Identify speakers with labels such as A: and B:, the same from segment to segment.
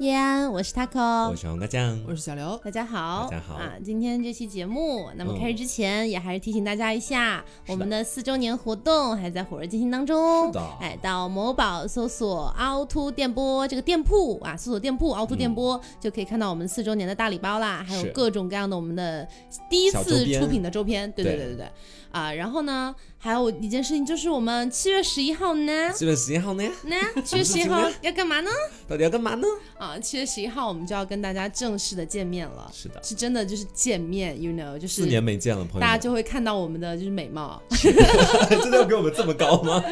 A: 叶安，我是 Taco，
B: 我是黄瓜酱，
C: 我是小刘。
A: 大家好，
B: 大家好
A: 啊！今天这期节目，那么
B: 嗯
A: 开始之前也还是提醒大家一下，
B: 是的
A: 我们的四周年活动还在火热进行当中。
B: 是的
A: 哎，到某宝搜索“凹凸电波”这个店铺啊，搜索店铺“凹凸电波”就可以看到我们四周年的大礼包啦，还
B: 嗯是
A: 有各种各样的我们的第一
B: 小周
A: 次
B: 边
A: 出品的周边。对对
B: 对
A: 对对对，啊，然后呢，还有一件事情就是我们七月十一号呢，
B: 四月十一号呢，
A: 那七月十一号要干嘛呢？
B: 到底要干嘛呢？
A: 啊，七月十一号我们就要跟大家正式的见面了，
B: 是的，
A: 是真的就是见面，you know，就
B: 四
A: 是
B: 年没见了，朋友们，
A: 大家就会看到我们的就是美貌，
B: 真的要给我们这么高 吗？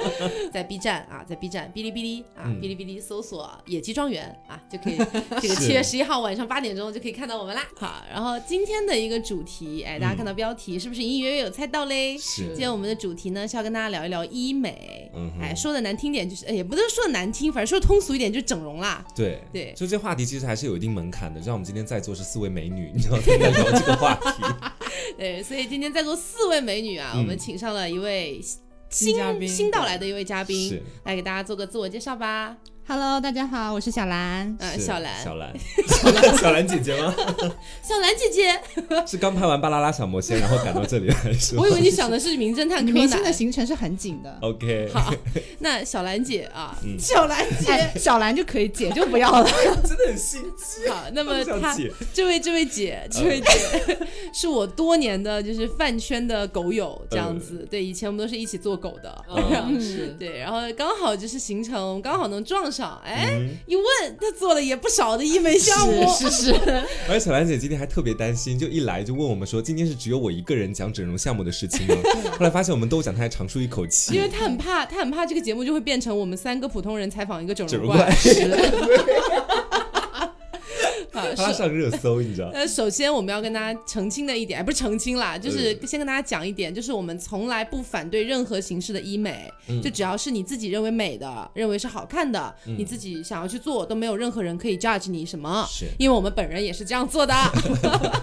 A: 在 B 站啊，在 B 站、哔哩哔哩啊、
B: 嗯
A: 哔哩哔哩搜索“野鸡庄园”啊，就 可以这个
B: 是
A: 七月十一号晚上八点钟就可以看到我们啦。好，然后今天的一个主题，哎，大家看到标题、是不是隐隐约约有猜到嘞？
B: 嗯是
A: 今天我们的主题呢是要跟大家聊一聊医美，
B: 嗯哼
A: 哎，说的难听点就是，哎，也不是说的难听，反正说的通俗一点就是整容啦。
B: 对
A: 对
B: 就这话题其实还是有一定门槛的。像我们今天在座是四位美女，你知道在聊这个话 题，
A: 对，所以今天在座四位美女啊，
B: 嗯
A: 我们请上了一位新
C: 新嘉宾
A: 新到来的一位嘉宾
B: 是，
A: 来给大家做个自我介绍吧。
D: Hello，大家好，我是小兰。
A: 嗯，
B: 是
A: 小兰，
B: 小兰，小兰，小兰姐姐吗？
A: 小兰姐姐，
B: 是刚拍完《巴啦啦小魔仙》，然后赶到这里来是吗
A: 我以为你想的是名侦探
D: 你
A: 柯
D: 明星的
A: 南。
D: 行程是很紧的，
B: ？OK，
A: 好，那小兰姐啊，
B: 嗯
A: 小兰
D: 哎，小兰就可以解，就不要了。
B: 真的很心机，
A: 好，那么
B: 小
A: 她
B: 姐，
A: 这位这位姐，这位姐 是我多年的就是饭圈的狗友，这样子。对，以前我们都是一起做狗的，
C: 嗯，是
A: 对， 然后刚好就是行程刚好能撞上，哎，
B: 嗯，
A: 一问他做了也不少的医美项目，
D: 是是是，
B: 而且小兰姐今天还特别担心，就一来就问我们说，今天是只有我一个人讲整容项目的事情吗？后来发现我们都讲，她还长舒一口气，
A: 因为他很怕，他很怕这个节目就会变成我们三个普通人采访一个整
B: 整容
A: 怪
B: 怪，
A: 啊。
B: 她
A: 是，
B: 上热搜，你知道？
A: 呃，首先我们要跟大家澄清的一点，哎不是澄清啦，就是
B: 嗯
A: 先跟大家讲一点，就是我们从来不反对任何形式的医美，
B: 嗯
A: 就只要是你自己认为美的，认为是好看的，你
B: 嗯
A: 自己想要去做，都没有任何人可以 judge 你什么。
B: 是
A: 因为我们本人也是这样 做的。 好，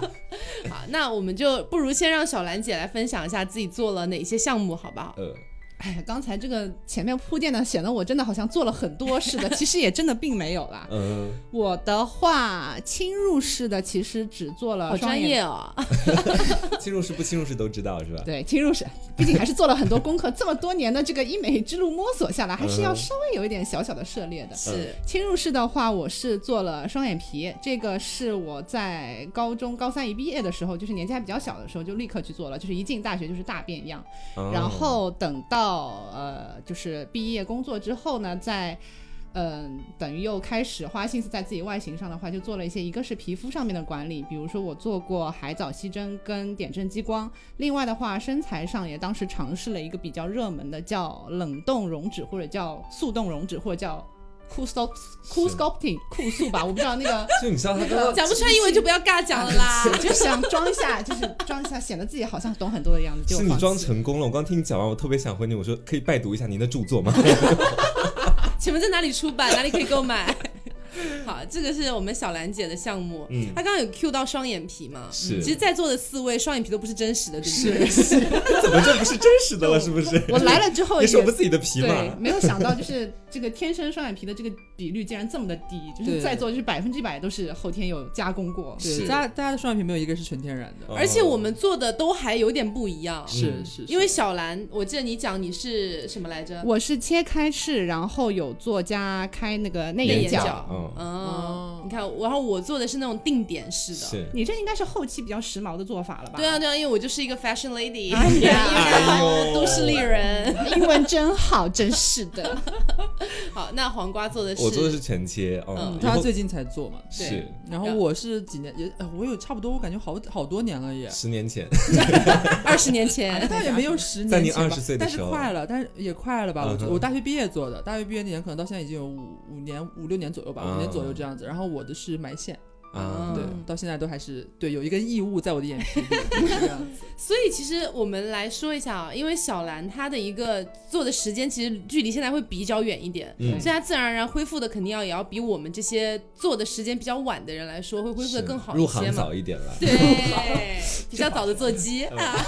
A: 那我们就不如先让小兰姐来分享一下自己做了哪些项目，好不好？
B: 呃，
D: 哎呀，刚才这个前面铺垫呢，显得我真的好像做了很多似的，其实也真的并没有啦。
B: 嗯，
D: 我的话，侵入式的其实只做了
A: 好
D: 呃双
A: 专
D: 眼
A: 业哦，
B: 侵入式不侵入式都知道是吧？
D: 对，侵入式，毕竟还是做了很多功课，这么多年的这个医美之路摸索下来，还是要
B: 嗯
D: 稍微有一点小小的涉猎的。
A: 是
D: 侵入式的话，我是做了双眼皮，这个是我在高中高三一毕业的时候，就是年纪还比较小的时候就立刻去做了，就是一进大学就是大变样。
B: 哦
D: 然后等到呃，就是毕业工作之后呢，再嗯、等于又开始花心思在自己外形上的话，就做了一些，一个是皮肤上面的管理，比如说我做过海藻吸针跟点阵激光，另外的话身材上也当时尝试了一个比较热门的叫冷冻溶脂或者叫速冻溶脂或者叫。酷 stop 酷 sculpting 酷速吧，我不知道那个，
B: 就你知道他刚刚
A: 呃讲不出来英文就不要尬讲了 啦。
D: 就想装一下，就是装一下，显得自己好像懂很多的样子。结果
B: 是你
D: 放
B: 装
D: 弃
B: 成功了，我刚听你讲完，我特别想回你，我说可以拜读一下您的著作吗？
A: 请问在哪里出版？哪里可以购 买？好，这个是我们小兰姐的项目。
B: 嗯
A: 她刚刚有 Q 到双眼皮嘛？
B: 是
A: 其实，在座的四位双眼皮都不是真实的，对不对？
B: 怎么这不是真实的了？是不是？
D: 我来了之后
B: 也
D: 也
B: 是我们自己的皮
D: 对
B: 嘛，？嗯
D: 没有想到就是这个天生双眼皮的这个比率竟然这么的低，就是
C: 对
D: 在座就是百分之百都是后天有加工过。
B: 是
C: 对，大家大家的双眼皮没有一个是纯天然的，
A: 而且我们做的都还有点不一样，
B: 哦嗯
C: 是是，
A: 因为小兰，我记得你讲你是什么来着？
D: 我是切开式，然后有做加开那个内
A: 内
D: 眼
A: 眼
D: 角。
A: 角
B: 嗯，
A: 哦
C: 哦，
A: 你看，然后我做的是那种定点式的。
B: 是。
D: 你这应该是后期比较时髦的做法了吧？
A: 对啊，对啊，因为我就是一个 fashion lady，
D: 哎
B: 哎呦
A: 都市丽人。
D: 英文真好，真是 的。
A: 好，那黄瓜做的是，
B: 我做的是全切，嗯
A: 嗯，
B: 然
C: 他
B: 后
C: 最近才做嘛。
A: 对
B: 是
C: 然后我是几年也，呃我有差不多，我感觉好好多年了也，
B: 十年前，
A: 二十年前，
C: 倒也没有十年
B: 在你
C: 前吧
B: 20岁的
C: 但是
B: 时候
C: 快了，但是也快了吧？我觉
B: 嗯
C: 得
B: 哼
C: 我大学毕业做的，大学毕业那年可能到现在已经有五五年五六年左右吧，
B: 啊
C: 五年左右这样子。然后我的是埋线，
B: 啊，
A: 嗯
C: 对，到现在都还是对有一个异物在我的眼皮里这样子。
A: 所以其实我们来说一下啊，因为小兰她的一个做的时间其实距离现在会比较远一点，
B: 嗯
A: 所以她自然而然恢复的肯定要也要比我们这些做的时间比较晚的人来说会恢复的
B: 是
A: 更好
B: 入
A: 一些
B: 行
A: 嘛。
B: 早一 点了， 嗯
A: 对，比较早的做鸡啊。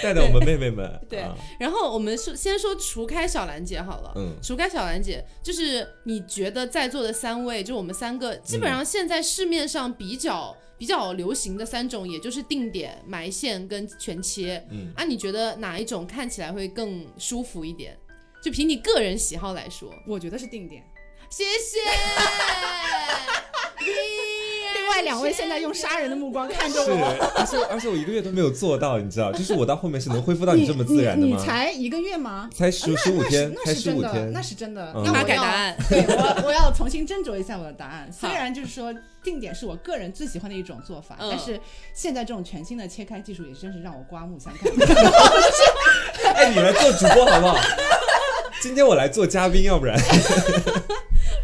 B: 带带我们妹妹们。
A: 对
B: 啊
A: 然后我们说，先说除开小兰姐好了。
B: 嗯
A: 除开小兰姐，就是你觉得在座的三位，就我们三个，基
B: 嗯
A: 本上现在市面上比较比较流行的三种，也就是定点、埋线跟全切。
B: 嗯，
A: 啊，你觉得哪一种看起来会更舒服一点？就凭你个人喜好来说，
D: 我觉得是定点。
A: 谢 谢。
D: 另外两位现在用杀人的目光看着
B: 是，
D: 我。
B: 而且而且我一个月都没有做到，你知道，就是我到后面是能恢复到你这么自然的
D: 你
B: 吗
D: 你？才一个月吗？
B: 才十十五
D: 那
B: 天，
D: 那
B: 才
D: 是
B: 十
D: 真
B: 五
D: 的，
B: 天
D: 那，是真的。
B: 嗯
D: 那我
A: 他
D: 要
A: 改答案。
D: 对我， 我要重新斟酌一下我的答案。虽然就是说定点是我个人最喜欢的一种做法，
A: 嗯
D: 但是现在这种全新的切开技术也真是让我刮目相 看。
B: 哎，你来做主播好不好？今天我来做嘉宾，要不然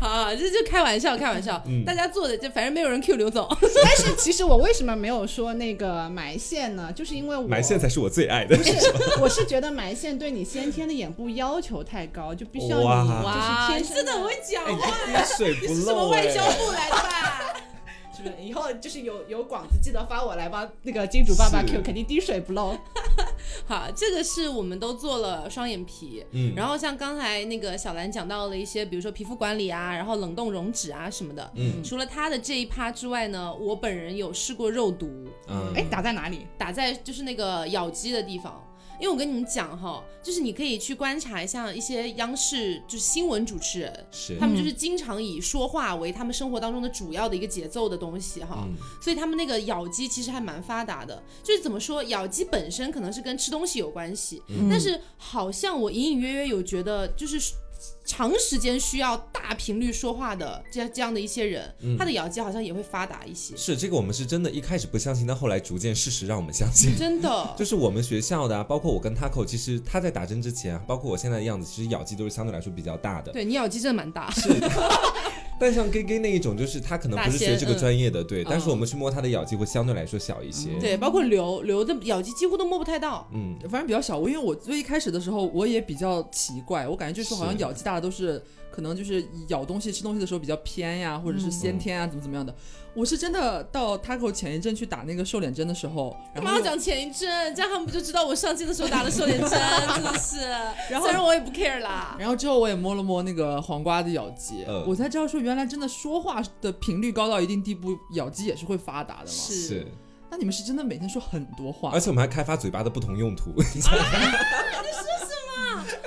A: 好好，这就开玩笑，开玩笑。
B: 嗯
A: 大家做的就反正没有人 Q 刘总。
D: 但是其实我为什么没有说那个埋线呢？就是因为我
B: 埋线才是我最爱的
D: 不。是，我是觉得埋线对你先天的眼部要求太高，就必须要你
B: 哇
D: 就是天生
A: 真的很会讲
B: 哎，你
A: 话，
B: 这滴水不
A: 是什么
B: 漏
A: 外
B: 哎。
A: 交部来的吧？
D: 是不是？以后就是有有广子记得发我来吧，那个金主爸爸
B: 是
D: Q 肯定滴水不漏。
A: 好，这个是我们都做了双眼皮。
B: 嗯
A: 然后像刚才那个小兰讲到了一些，比如说皮肤管理啊，然后冷冻溶脂啊什么的。
B: 嗯
A: 除了她的这一趴之外呢，我本人有试过肉毒，
B: 嗯
D: 哎，打在哪里？
A: 打在就是那个咬肌的地方。因为我跟你们讲哈，就是你可以去观察一下一些央视就是新闻主持人，
B: 是
A: 他们就是经常以说话为他们生活当中的主要的一个节奏的东西哈。
B: 嗯
A: 所以他们那个咬肌其实还蛮发达的。就是怎么说，咬肌本身可能是跟吃东西有关系，但是好像我隐隐约约有觉得，就是长时间需要大频率说话的这样这样的一些人，他的咬肌好像也会发达一 些，
B: 是这个，我们是真的一开始不相信，但后来逐渐事实让我们相信。
A: 真 的。
B: 就是我们学校的、啊，包括我跟 Taco，其实他在打针之前，啊包括我现在的样子，其实咬肌都是相对来说比较大的。
A: 对你咬肌真的蛮大，
B: 但像 Gay Gay 那一种，就是他可能不是学这个专业的，对。但是我们去摸他的咬肌会相对来说小一些。
A: 嗯对，包括刘刘的咬肌几乎都摸不太到，
B: 嗯，
C: 反正比较小。我因为我最一开始的时候我也比较奇怪，我感觉就是好像
B: 是
C: 咬肌大的都是可能就是咬东西吃东西的时候比较偏呀，或者
B: 嗯
C: 是先天啊、怎么怎么样的。我是真的到 Taco 前一阵去打那个瘦脸针的时候，然
A: 干嘛
C: 后
A: 要讲前一阵？这样他们不就知道我上镜的时候打了瘦脸针，真的是。虽然我也不 care 啦，
C: 然后之后我也摸了摸那个黄瓜的咬肌，
B: 嗯
C: 我才知道说原来真的说话的频率高到一定地步，咬肌也是会发达的嘛。
A: 是
B: 是。
C: 那你们是真的每天说很多话，
B: 而且我们还开发嘴巴的不同用途。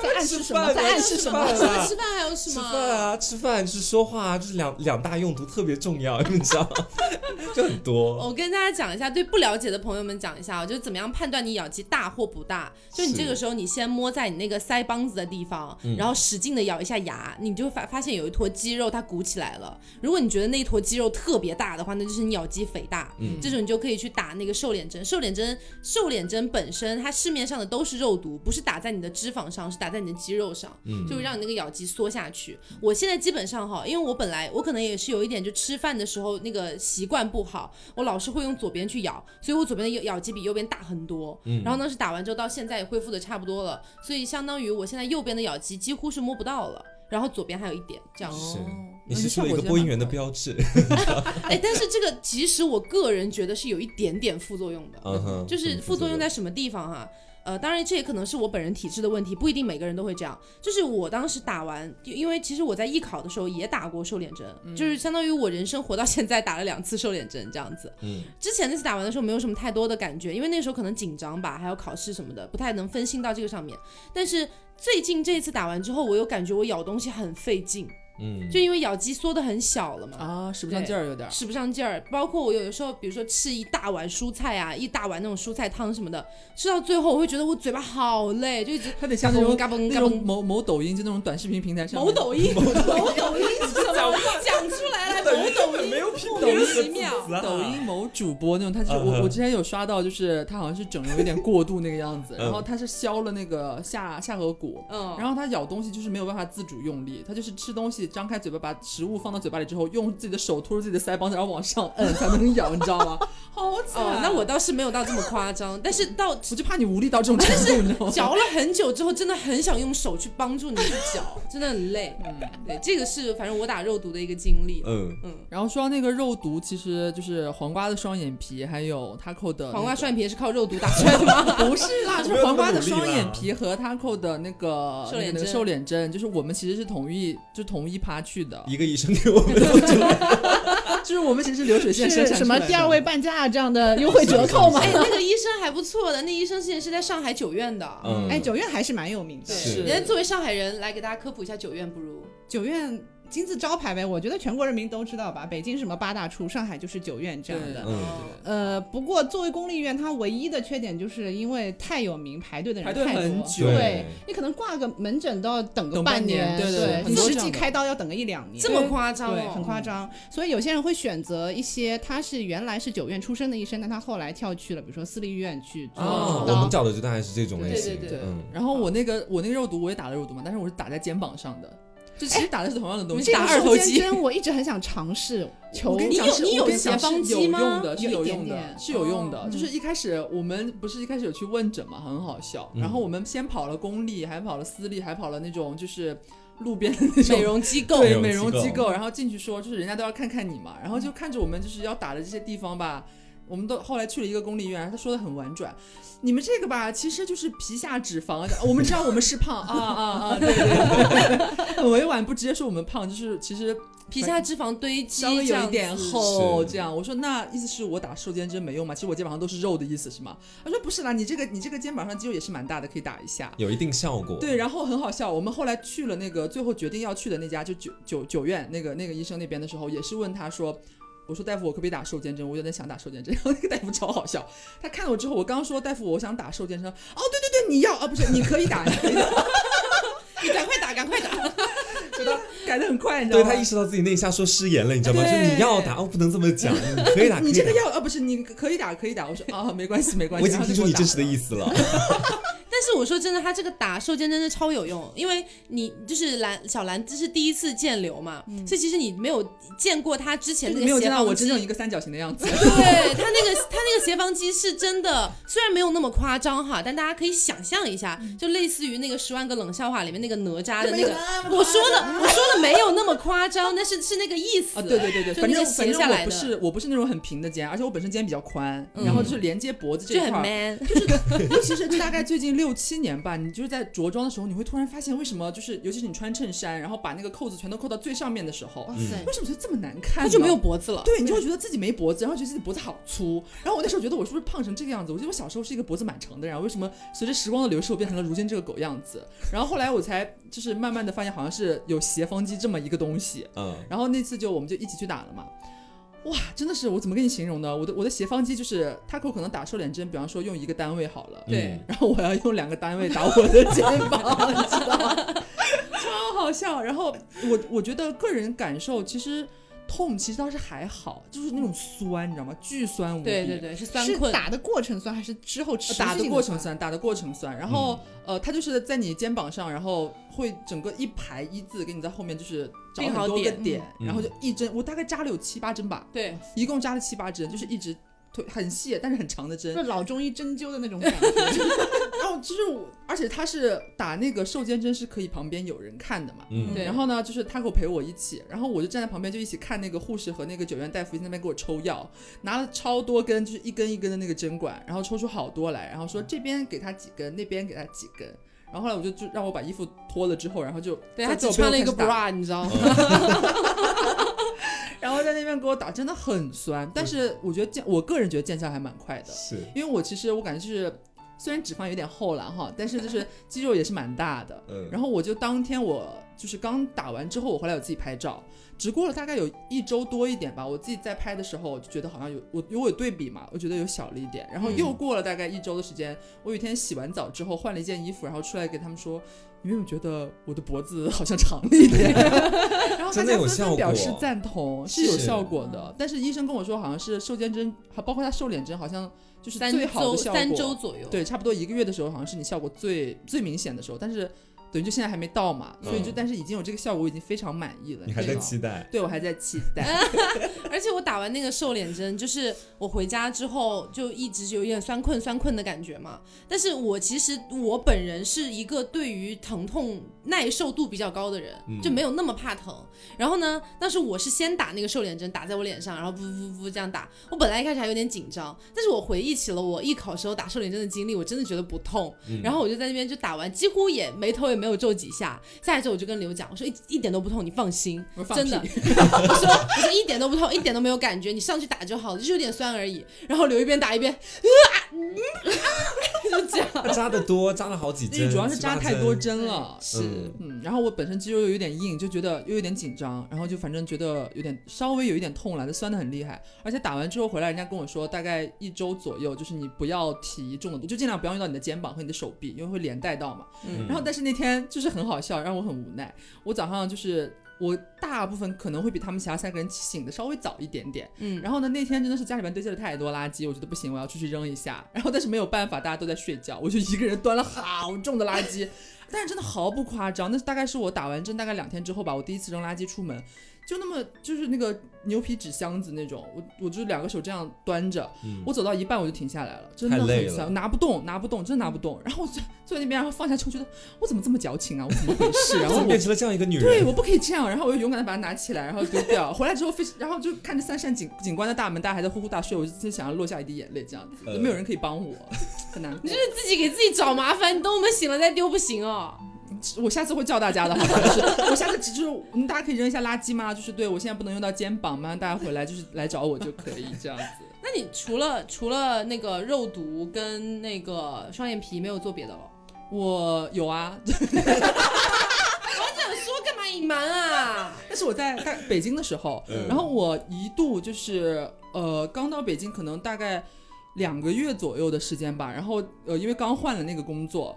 D: 在暗示什么？在暗示什么？
A: 除了吃饭还有什
B: 吃
A: 么？
B: 饭啊，吃饭就是说话啊，就是两两大用途特别重要，你知道， 就很多。
A: 我跟大家讲一下，对不了解的朋友们讲一下，啊就是怎么样判断你咬肌大或不大。就你
B: 是嗯
A: 这个时候，你先摸在你那个腮帮子的地方，然后使劲的咬一下牙，你就会发发现有一坨肌肉它鼓起来了。如果你觉得那一坨肌肉特别大的话，那就是你咬肌肥大。
B: 嗯
A: 这时候你就可以去打那个瘦脸针。瘦脸针，瘦脸针本身它市面上的都是肉毒，不是打在你的脂肪上，是打在你的肌肉上。
B: 嗯
A: 就会让你那个咬肌缩下去。我现在基本上哈，因为我本来我可能也是有一点，就吃饭的时候那个习惯不好，我老是会用左边去咬，所以我左边的咬咬肌比右边大很多。
B: 嗯
A: 然后呢是打完之后到现在也恢复的差不多了，所以相当于我现在右边的咬肌几乎是摸不到了。然后左边还有一点这样，
B: 是
C: 哦
A: 嗯
B: 你是出了一个
C: 那效果真的
B: 播音员的
C: 蛮
B: 标志。
A: 哎，但是这个其实我个人觉得是有一点点副作用的，
B: 嗯哼，
A: 就
B: 什
A: 是
B: 么
A: 副作用在什么地方哈、呃，当然这也可能是我本人体质的问题，不一定每个人都会这样。就是我当时打完，因因为其实我在艺考的时候也打过瘦脸针，就是相当于我人生活到现在打了两次瘦脸针这样子。
B: 嗯，
A: 之前那次打完的时候没有什么太多的感觉，因为那时候可能紧张吧，还有考试什么的，不太能分心到这个上面。但是最近这次打完之后，我有感觉我咬东西很费劲，
B: 嗯，
A: 就因为咬肌缩得很小了嘛。
C: 啊，使不上劲儿有点儿。
A: 使不上劲儿。包括我有的时候，比如说吃一大碗蔬菜啊，一大碗那种蔬菜汤什么的，吃到最后我会觉得我嘴巴好累，就一直
C: 他得像那 种
A: 嘎嘣
C: 那
A: 嘎
C: 种
A: 嘣。
C: 某某抖音就那种短视频平台上
A: 某
C: 面
A: 抖音，某抖音是什么？讲出来了，某抖音，
B: 没有品
A: 莫
B: 抖音
A: 名
B: 的
A: 其妙。
B: 词啊
C: 抖音某主播那种，他是
B: 嗯
C: 我
B: 嗯
C: 我之前有刷到，就是他好像是整容有点过度那个样子，
B: 嗯
C: 然后他是削了那个下下颌骨，
A: 嗯，
C: 然后他咬东西就是没有办法自主用力，他就是吃东西己张开嘴巴把食物放到嘴巴里之后，用自己的手托住自己的腮帮子，然后往上 摁才能咬，你知道吗？好惨！
D: 啊
A: 哦，那我倒是没有到这么夸张，但是到
C: 我就怕你无力到这种程度，你知道吗？
A: 嚼了很久之后，真的很想用手去帮助你去嚼，真的很累。对，这个是反正我打肉毒的一个经历。
C: 呃
B: 嗯，
A: 嗯，
C: 然后说到那个肉毒，其实就是黄瓜的双眼皮，还有 taco 的那个、
A: 黄瓜双眼皮也是靠肉毒打出来的吗？
C: 不是啦，
B: 不
C: 就是
B: 要
C: 黄瓜
B: 那么
C: 的
B: 努力
C: 双
B: 啦
C: 眼皮和 taco 的那个
A: 瘦脸
C: 那个
A: 针
C: 瘦脸针，就是我们其实是同一就同一趴去的，
B: 一个医生给我们
C: 就是我们其实是流水线生
D: 是
C: 产
D: 什
C: 出来
D: 么
C: 的
D: 第二位半价这样的优惠折扣吗？
A: 哎， 那个医生还不错的，那医生之前是在上海九院的。
B: 嗯
D: 哎，九院还是蛮有名的。
A: 对
B: 是
A: 人家作为上海人来给大家科普一下九院，不如
D: 九院金字招牌呗，我觉得全国人民都知道吧。北京什么八大厨，上海就是九院这样
C: 对
D: 的。
B: 嗯
D: 呃，不过作为公立医院，它唯一的缺点就是因为太有名，排队的人
C: 排队
D: 太多。
C: 很久
D: 对，你可能挂个门诊都要等个
C: 等半
D: 年，
C: 年对对对很
D: 你
C: 多
D: 实
C: 这样
D: 际
C: 的
D: 开刀要等个一两年。
A: 这么夸张
D: 对，很
A: 哦？
D: 夸张。所以有些人会选择一些他是原来是九院出身的医生，但他后来跳去了，比如说私立医院去做
C: 哦
B: 哦
D: 主
B: 我
D: 刀
B: 们。找的就大概是这种类型，
A: 对对对
B: 嗯，
C: 然后我那个我那个肉毒我也打了肉毒嘛，但是我是打在肩膀上的，就其实打的是同样的东西，
D: 这
C: 打
D: 个
C: 二
D: 瘦
C: 头
D: 肩
C: 肌。
D: 针我一直很想尝试，求
C: 我跟
A: 你
C: 讲
A: 有
C: 是
A: 你
C: 我
A: 有
C: 跟你讲
A: 斜方
C: 是有
A: 肌吗
C: 用的，是
D: 有一
C: 有
D: 点
C: 用
D: 点
C: 的，是有用的。
A: 哦
C: 就是一开始我们不是一开始有去问诊嘛，很好笑。然后我们先跑了公立，还跑了私立，还跑了那种就是路边的那种
A: 美容机构，
C: 对
B: 美
C: 美
B: 容
C: 容
B: 机
C: 机
B: 构
C: 构，然后进去说，就是人家都要看看你嘛，然后就看着我们就是要打的这些地方吧。我们都后来去了一个公立医院，他说的很婉转，你们这个吧，其实就是皮下脂肪。啊我们知道我们是胖啊啊啊，对对对，很委婉，不直接说我们胖，就是其实
A: 皮下脂肪堆积，
C: 稍微有一点
A: 这样子
C: 厚
B: 是
C: 这样。我说那意思是我打瘦肩针没用吗？其实我肩膀上都是肉的意思是吗？他说不是啦，你这个你这个肩膀上肌肉也是蛮大的，可以打一下。
B: 有一定效果。
C: 对，然后很好笑，我们后来去了那个最后决定要去的那家，就九九九院那个那个医生那边的时候，也是问他说。我说大夫，我可不可以打瘦肩针？我有点想打瘦肩针。然后那个大夫超好笑，他看了我之后，我刚说大夫，我想打瘦肩针。哦，对对对，你要啊？不是，你可以打，你可以打，
A: 你赶快打，赶 快打！
C: 改的很快，你知道
B: 对
C: 吗？
B: 他意识到自己那一下说失言了，你知道吗？说
C: 对
B: 你要打，哦，不能这么 讲，你可以打，
C: 你
B: 可以
C: 这
B: 打
C: 个药啊，不是，你可以打，可以打。我说啊，没关系，没关
B: 我
C: 系。
B: 已经听出你真实的意思了。
A: 但是我说真的，他这个打瘦针真的超有用，因为你就是蓝小兰，这是第一次见刘嘛，所以其实你没有见过他之前
C: 嗯然后就给
A: 那个
C: 我打了，就你没有
A: 斜
C: 见到我
A: 方肌
C: 真正一个三角形的样子。
A: 对他那个他那个斜方肌是真的，虽然没有那么夸张哈，但大家可以想象一下，
C: 嗯
A: 就类似于那个《十万个冷笑话》里面那个哪吒的那个。我说的我说的没有那么夸张，但是是那个意 思。
C: 啊，对对对对，
A: 就
C: 反
A: 那
C: 正
A: 个
C: 反
A: 斜
C: 正
A: 下
C: 我
A: 来
C: 不
A: 的，
C: 是我不是那种很平的肩，而且我本身肩比较宽，
A: 嗯
C: 然后就是连接脖子这
A: 就
C: 一
A: 很
C: 块儿，
A: man。
C: 尤其是大概最近六七年吧，你就是在着装的时候，你会突然发现为什么就是，尤其是你穿衬衫，然后把那个扣子全都扣到最上面的时候，
B: 塞
A: 嗯
C: 为什么就这么难看
A: 他
C: 呢？
A: 就没有脖子了。
C: 对，你就会觉得自己没脖子，然后觉得自己脖子好粗。然后我那时候觉得我是不是胖成这个样子？我记得我小时候是一个脖子蛮长的人，然后为什么随着时光的流逝，我变成了如今这个狗样子？然后后来我才就是慢慢的发现，好像是有斜方肌这么一个东西。
B: 嗯，
C: 然后那次就我们就一起去打了嘛。哇，真的是我怎么跟你形容呢？我的我的斜方肌就是他可可能打瘦脸针，比方说用一个单位好了，
B: 嗯
A: 对
C: 然后我要用两个单位打我的肩膀，你知道吗？超好笑。然后我我觉得个人感受其实痛其实倒是还好，就是那种酸，你知道吗？巨酸无比。
A: 对对对，是酸
D: 是
A: 困。
D: 打的过程酸还是之后持续
C: 呃打的
D: 性
C: 过程
D: 酸？
C: 酸，打的过程酸，然后、呃，它就是在你肩膀上，然后会整个一排一字给你在后面就是找
A: 定
C: 很
A: 好
C: 多个
A: 点
C: 点，
B: 嗯
C: 然后就一针，我大概扎了有七八针吧，
A: 对，
C: 一共扎了七八针，就是一直推很细但是很长的 针
D: 就，是老中医针灸的那种感 觉，
C: 然后就是我，而且他是打那个瘦肩针是可以旁边有人看的嘛，
B: 嗯
A: 对
C: 然后呢，就是他给我陪我一起，然后我就站在旁边就一起看那个护士和那个九院大夫在那边给我抽药，拿了超多根，就是一根一根的那个针管，然后抽出好多来，然
A: 嗯
C: 后说这边给他几根，那边给他几根。然后后来我就就让我把衣服脱了之后，然后就
A: 对
C: 在
A: 他
C: 在
A: 只
C: 我
A: 穿了
C: 背
A: 一
C: 后
A: 个
C: 开始打嗯
A: bra，你知道吗？
B: 嗯
C: 然后在那边给我打，真的很酸。但是我觉得见我个人觉得见效还蛮快的，
B: 是
C: 因为我其实我感觉就是虽然脂肪有点厚了哈，但是就是肌肉也是蛮大的。
B: 嗯，
C: 然后我就当天我就是刚打完之后，我回来我自己拍照，只过了大概有一周多一点吧。我自己在拍的时候，我就觉得好像有我因为我有对比嘛，我觉得有小了一点。然后又过了大概一周的时间，我有一天洗完澡之后换了一件衣服，然后出来给他们说，你们有没有觉得我的脖子好像长了一点？然后大
B: 真的
C: 家
B: 有
C: 纷
B: 效
C: 纷表
B: 果
C: 示赞同，是有
B: 是
C: 效果的。但是医生跟我说，好像是瘦肩针，还包括他瘦脸针，好像就是
A: 三
C: 最好
A: 周
C: 的效果。
A: 三周左右。
C: 对，差不多一个月的时候，好像是你效果最最明显的时候，但是等于就现在还没到嘛，所以就
B: 嗯
C: 但是已经有这个效果，我已经非常满意了。
B: 你还在
C: 知道
B: 期待？
C: 对我还在期待。
A: 哎而且我打完那个瘦脸针，就是我回家之后就一直有点酸困酸困的感觉嘛。但是我其实我本人是一个对于疼痛耐受度比较高的人，
B: 嗯
A: 就没有那么怕疼。然后呢，当时我是先打那个瘦脸针，打在我脸上，然后噗噗噗这样打。我本来一开始还有点紧张，但是我回忆起了我艺考时候打瘦脸针的经历，我真的觉得不痛。
B: 嗯
A: 然后我就在那边就打完，几乎也眉头也没有皱几下。下一周我就跟刘讲，我说一一点都不痛，你放心。
C: 我放
A: 真的，
C: 屁
A: 我说我说一点都不痛，一点都没有感觉，你上去打就好了，就是有点酸而已。然后刘一边打一边，呃啊嗯啊就这样。
B: 他扎的多，扎了好几
C: 因为
B: 针，
C: 主要是扎
B: 七八
C: 太多针了。
A: 是
B: 嗯
C: 嗯，然后我本身肌肉又有点硬，就觉得又有点紧张，然后就反正觉得有点稍微有一点痛来的酸的很厉害。而且打完之后回来，人家跟我说大概一周左右，就是你不要提重的，就尽量不要用到你的肩膀和你的手臂，因为会连带到嘛。
B: 嗯
C: 然后但是那天就是很好笑，让我很无奈。我早上就是我大部分可能会比他们其他三个人醒的稍微早一点点。
A: 嗯，
C: 然后呢，那天真的是家里面堆积了太多垃圾，我觉得不行，我要出去扔一下。然后但是没有办法，大家都在睡觉，我就一个人端了好重的垃圾。 但是真的毫不夸张，那大概是我打完针大概两天之后吧，我第一次扔垃圾出门，就那么就是那个牛皮纸箱子那种，我我就两个手这样端着，
B: 嗯
C: 我走到一半我就停下来了，真的
B: 太累
C: 很
B: 了
C: 酸，拿不动，拿不动，真的拿不动。然后我坐坐在那边，然后放下之后觉得我怎么这么矫情啊，我怎么 回事？然
B: 怎
C: 后
B: 么
C: 我
B: 变成了这样一个女人？
C: 对，我不可以这样。然后我就勇敢的把它拿起来，然后丢掉。回来之后非，然后就看着三扇景景观的大门，大家还在呼呼大睡，我就真想要落下一滴眼泪，这样子，
B: 呃
C: 没有人可以帮我，很难
A: 你
C: 过
A: 这。是自己给自己找麻烦，你等我们醒了再丢不行哦。
C: 我下次会叫大家的，好吧？就是我下次只就是嗯大家可以扔一下垃圾吗？就是对我现在不能用到肩膀嘛，大家回来就是来找我就可以这样子。
A: 那你除了除了那个肉毒跟那个双眼皮，没有做别的哦了？
C: 我有啊，
A: 想说干嘛隐瞒啊？
C: 但是我在大概北京的时候，
B: 嗯
C: 然后我一度就是呃，刚到北京可能大概两个月左右的时间吧，然后呃，因为刚换了那个工作。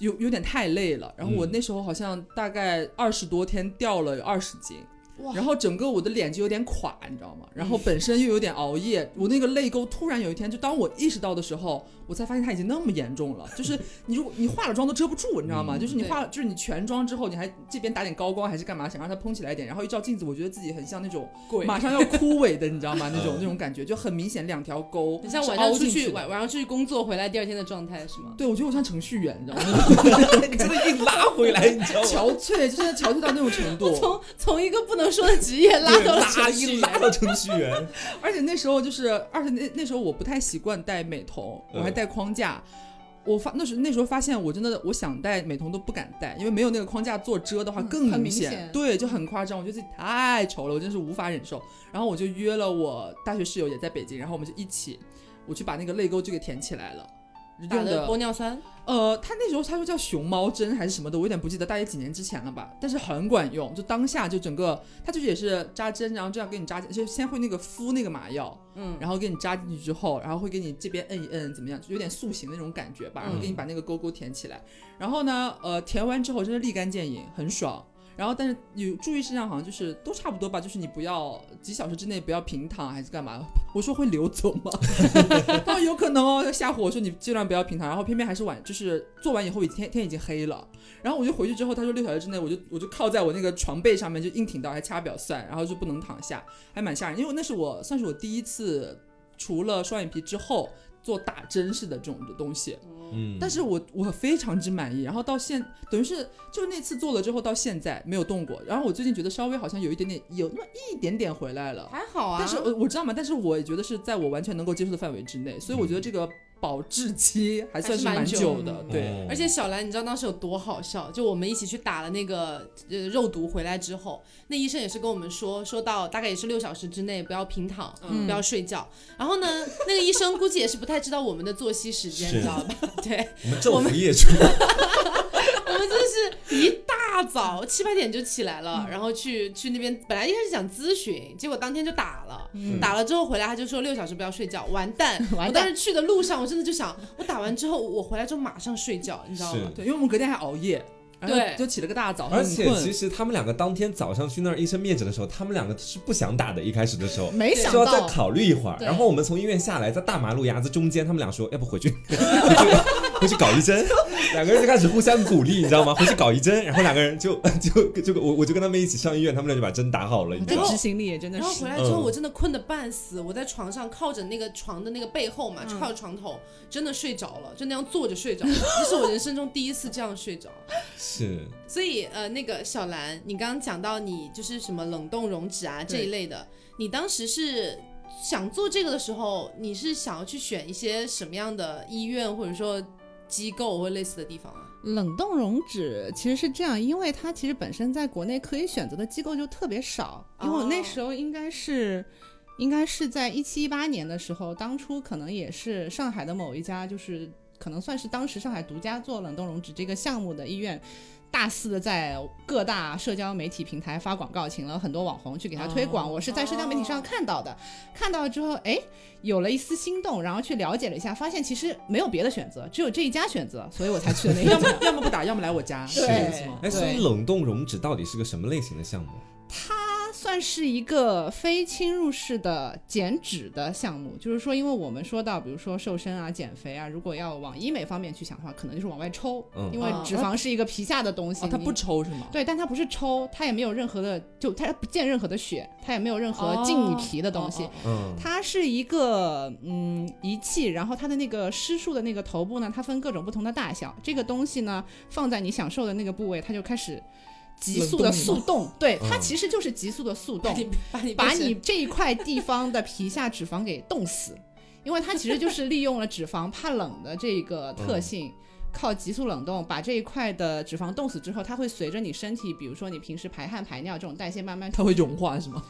C: 有有点太累了，然后我
B: 嗯
C: 那时候好像大概二十多天掉了有二十斤，
A: 哇
C: 然后整个我的脸就有点垮，你知道吗？然后
B: 嗯
C: 本身又有点熬夜，我那个泪沟突然有一天，就当我意识到的时候，我才发现它已经那么严重了。就是你如果你化了妆都遮不住，你知道吗？
B: 嗯
C: 就是你
A: 对
C: 化了，就是你全妆之后，你还这边打点高光还是干嘛，想让它嘭起来一点，然后一照镜子，我觉得自己很像那种
A: 鬼
C: 马上要枯萎的，你知道吗？那种
B: 嗯
C: 那种感觉就很明显，两条沟，
A: 你像晚上
C: 凹
A: 出
C: 进
A: 去
C: 去
A: 晚
C: 的。
A: 晚上出去工作回来第二天的状态是吗？
C: 对，我觉得我像程序员，你知道 吗？
B: 真的硬拉回来，你知道吗？
C: 憔悴，就是憔悴到那种程度。
A: 从从一个不能说的职业拉到了
B: 对拉
A: 程序
B: 一
A: 员
B: 拉到程序员，
C: 而且那时候就是，而且那那时候我不太习惯戴美瞳，
B: 嗯
C: 我还戴框架。我发那时那时候发现，我真的我想戴美瞳都不敢戴，因为没有那个框架做遮的话
D: 嗯
C: 更
D: 很
C: 明
D: 明
C: 显，
D: 显
C: 对，就很夸张。我觉得自己太丑了，我真是无法忍受。然后我就约了我大学室友也在北京，然后我们就一起，我去把那个泪沟就给填起来了。
A: 打
C: 用
A: 的
C: 的
A: 玻尿酸，
C: 呃，他那时候他说叫熊猫针还是什么的，我有点不记得，大概几年之前了吧。但是很管用，就当下就整个，他就是也是扎针，然后这样给你扎进，就先会那个敷那个麻药，
A: 嗯，
C: 然后给你扎进去之后，然后会给你这边摁一摁，怎么样，就有点塑形那种感觉吧，然后给你把那个沟沟填起来。然后呢，呃，填完之后真的立竿见影，很爽。然后但是有注意事项好像就是都差不多吧，就是你不要几小时之内不要平躺还是干嘛？我说会流走吗？ 他说有可能哦，要吓唬我说你尽量不要平躺，然后偏偏还是晚，就是做完以后已经天天已经黑了。然后我就回去之后，他说六小时之内我就我就靠在我那个床被上面就硬挺到，还掐表算，然后就不能躺下。还蛮吓人，因为那是我算是我第一次除了双眼皮之后做打针式的这种东西，
B: 嗯，
C: 但是我我非常之满意，然后到现等于是就是那次做了之后到现在没有动过，然后我最近觉得稍微好像有一点点有那么一点点回来了，
A: 还好啊。
C: 但是我我知道嘛，但是我也觉得是在我完全能够接受的范围之内，所以我觉得这个保质期还算是
A: 还是蛮
C: 蛮久的，
D: 久
C: 对，
B: 哦
A: 而且小兰，你知道当时有多好笑？就我们一起去打了那个呃肉毒回来之后，那医生也是跟我们说，说到大概也是六小时之内不要平躺，
C: 嗯
A: 不要睡觉。然后呢， 那个医生估计也是不太知道我们的作息时间，
B: 是
A: 你知道吧？ 对，
B: 我们政府业主，
A: 我们就是一大早七八点就起来了，
D: 嗯
A: 然后去去那边，本来一开始想咨询，结果当天就打了。
D: 嗯
A: 打了之后回来，他就说六小时不要睡觉，完蛋！
D: 完蛋
A: 我当时去的路上，我真的就想，我打完之后，我回来之后马上睡觉，你知道吗？
B: 是
C: 对，因为我们隔天还熬夜，然后
A: 对
C: 就起了个大早，
B: 而
C: 很
B: 且
C: 困
B: 其实他们两个当天早上去那儿医生面诊的时候，他们两个是不想打的，一开始的时候。
D: 没想
B: 说要再
D: 到
B: 考虑一会儿，
D: 对
B: 然后我们从医院下来，在大马路牙子中间，他们俩说，要不回去，回去搞一针，两个人就开始互相鼓励，你知道吗？回去搞一针，然后两个人就就就我我就跟他们一起上医院，他们俩就把针打好了，你知道
D: 这
B: 吗？
D: 执行力也真的
A: 然后
D: 是
A: 回。来之后，
B: 嗯
A: 我真的困得半死，我在床上靠着那个床的那个背后嘛，
D: 嗯
A: 靠着床头，真的睡着了，就那样坐着睡着了，这是我人生中第一次这样睡着。
B: 是，
A: 所以呃，那个小兰，你刚刚讲到你就是什么冷冻溶脂啊这
D: 对
A: 一类的，你当时是想做这个的时候，你是想要去选一些什么样的医院或者说机构或类似的地方啊？
D: 冷冻溶脂其实是这样，因为它其实本身在国内可以选择的机构就特别少，因为我那
A: 哦
D: 时候应该是。应该是在一七一八年的时候，当初可能也是上海的某一家，就是可能算是当时上海独家做冷冻溶脂这个项目的医院，大肆的在各大社交媒体平台发广告，请了很多网红去给他推广。
C: 哦
D: 我是在社交媒体上看到的，看到了之后，哎，有了一丝心动，然后去了解了一下，发现其实没有别的选择，只有这一家选择，所以我才去的那一家
C: 要。么要么不打，要么来我家，
D: 是
C: 这样吗
B: 哎，所以
D: 对
B: 冷冻溶脂到底是个什么类型的项目？
D: 它算是一个非侵入式的减脂的项目，就是说，因为我们说到，比如说瘦身啊、减肥啊，如果要往医美方面去想的话，可能就是往外抽，
B: 嗯
D: 因为
A: 哦
D: 脂肪是一个皮下的东西，
C: 哦，他
D: 你
C: 不抽是吗？
D: 对，但它不是抽，它也没有任何的，就它不见任何的血，它也没有任何进你皮的东西。
C: 哦哦哦哦
B: 嗯，
D: 它是一个嗯仪器，然后它的那个施术的那个头部呢，它分各种不同的大小。这个东西呢，放在你想瘦的那个部位，它就开始急速的
C: 冷冻你
D: 速冻。对，它
B: 嗯
D: 其实就是急速的速
A: 把
D: 冻，
A: 你把你
D: 把
A: 变成
D: 你这一块地方的皮下脂肪给冻死，因为它其实就是利用了脂肪怕冷的这个特
C: 嗯
D: 性。靠急速冷冻把这一块的脂肪冻死之后，它会随着你身体，比如说你平时排汗、排尿这种代谢慢慢
C: 它会融化是吗？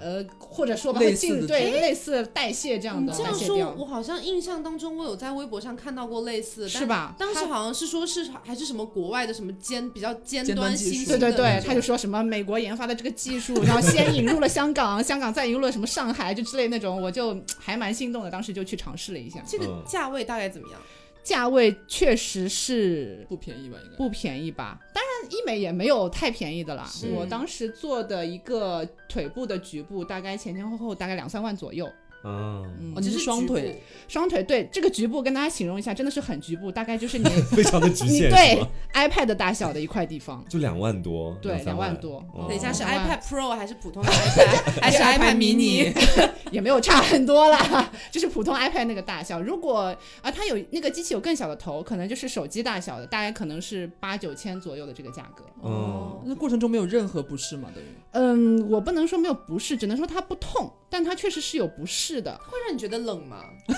D: 呃，或者说吧，
C: 类
D: 会
C: 似
D: 进
C: 的
D: 对类似代谢这样
A: 你
D: 的
A: 这
D: 代
A: 样
D: 谢
A: 说
D: 掉，，
A: 嗯我好像印象当中我有在微博上看到过类似，
D: 是
A: 但？
D: 吧？
A: 当时
D: 他
A: 好像是说是还是什么国外的什么尖比较尖
C: 尖端
A: 端
C: 技术
A: 新型
D: 对
A: 的
D: 对对
A: 那，种
D: 他就说什么美国研发的这个技术，然后先引入了香港，香港再引入了什么上海，就之类那种，我就还蛮心动的，当时就去尝试了一下，
A: 这个
B: 嗯
A: 价位大概怎么样？
D: 价位确实是
C: 不便宜吧？应该
D: 不便宜吧？当然，医美也没有太便宜的啦。
B: 是
D: 我当时做的一个腿部的局部，大概前前后后大概两三万左右。
B: 嗯，
D: 嗯
C: 哦，，你
A: 只
C: 是
A: 是
C: 双
A: 局部
C: 腿，
D: 双腿对这个局部跟大家形容一下，真的是很局部，大概就是你
B: 非常的局
D: 你
B: 限，
D: 对
B: 是吗
D: iPad 大小的一块地 方。
B: 就两万多，
D: 对，
B: 两
D: 两
B: 万
D: 万，多
B: 哦
A: 等一下是
D: 哦两
A: iPad
D: 万
A: Pro 还是普 通的 iPad，还是 iPad mini？
D: 也没有差很多啦， 就是普通 iPad 那个大小。如果啊，它有那个机器有更小的头，可能就是手机大小的，大概可能是八九千左右的这个价格。
B: 嗯，
C: 那过程中没有任何不适嘛？等于
D: 嗯，我不能说没有不适，只能说它不痛，但它确实是有不适的。
A: 会让你觉得冷 吗？不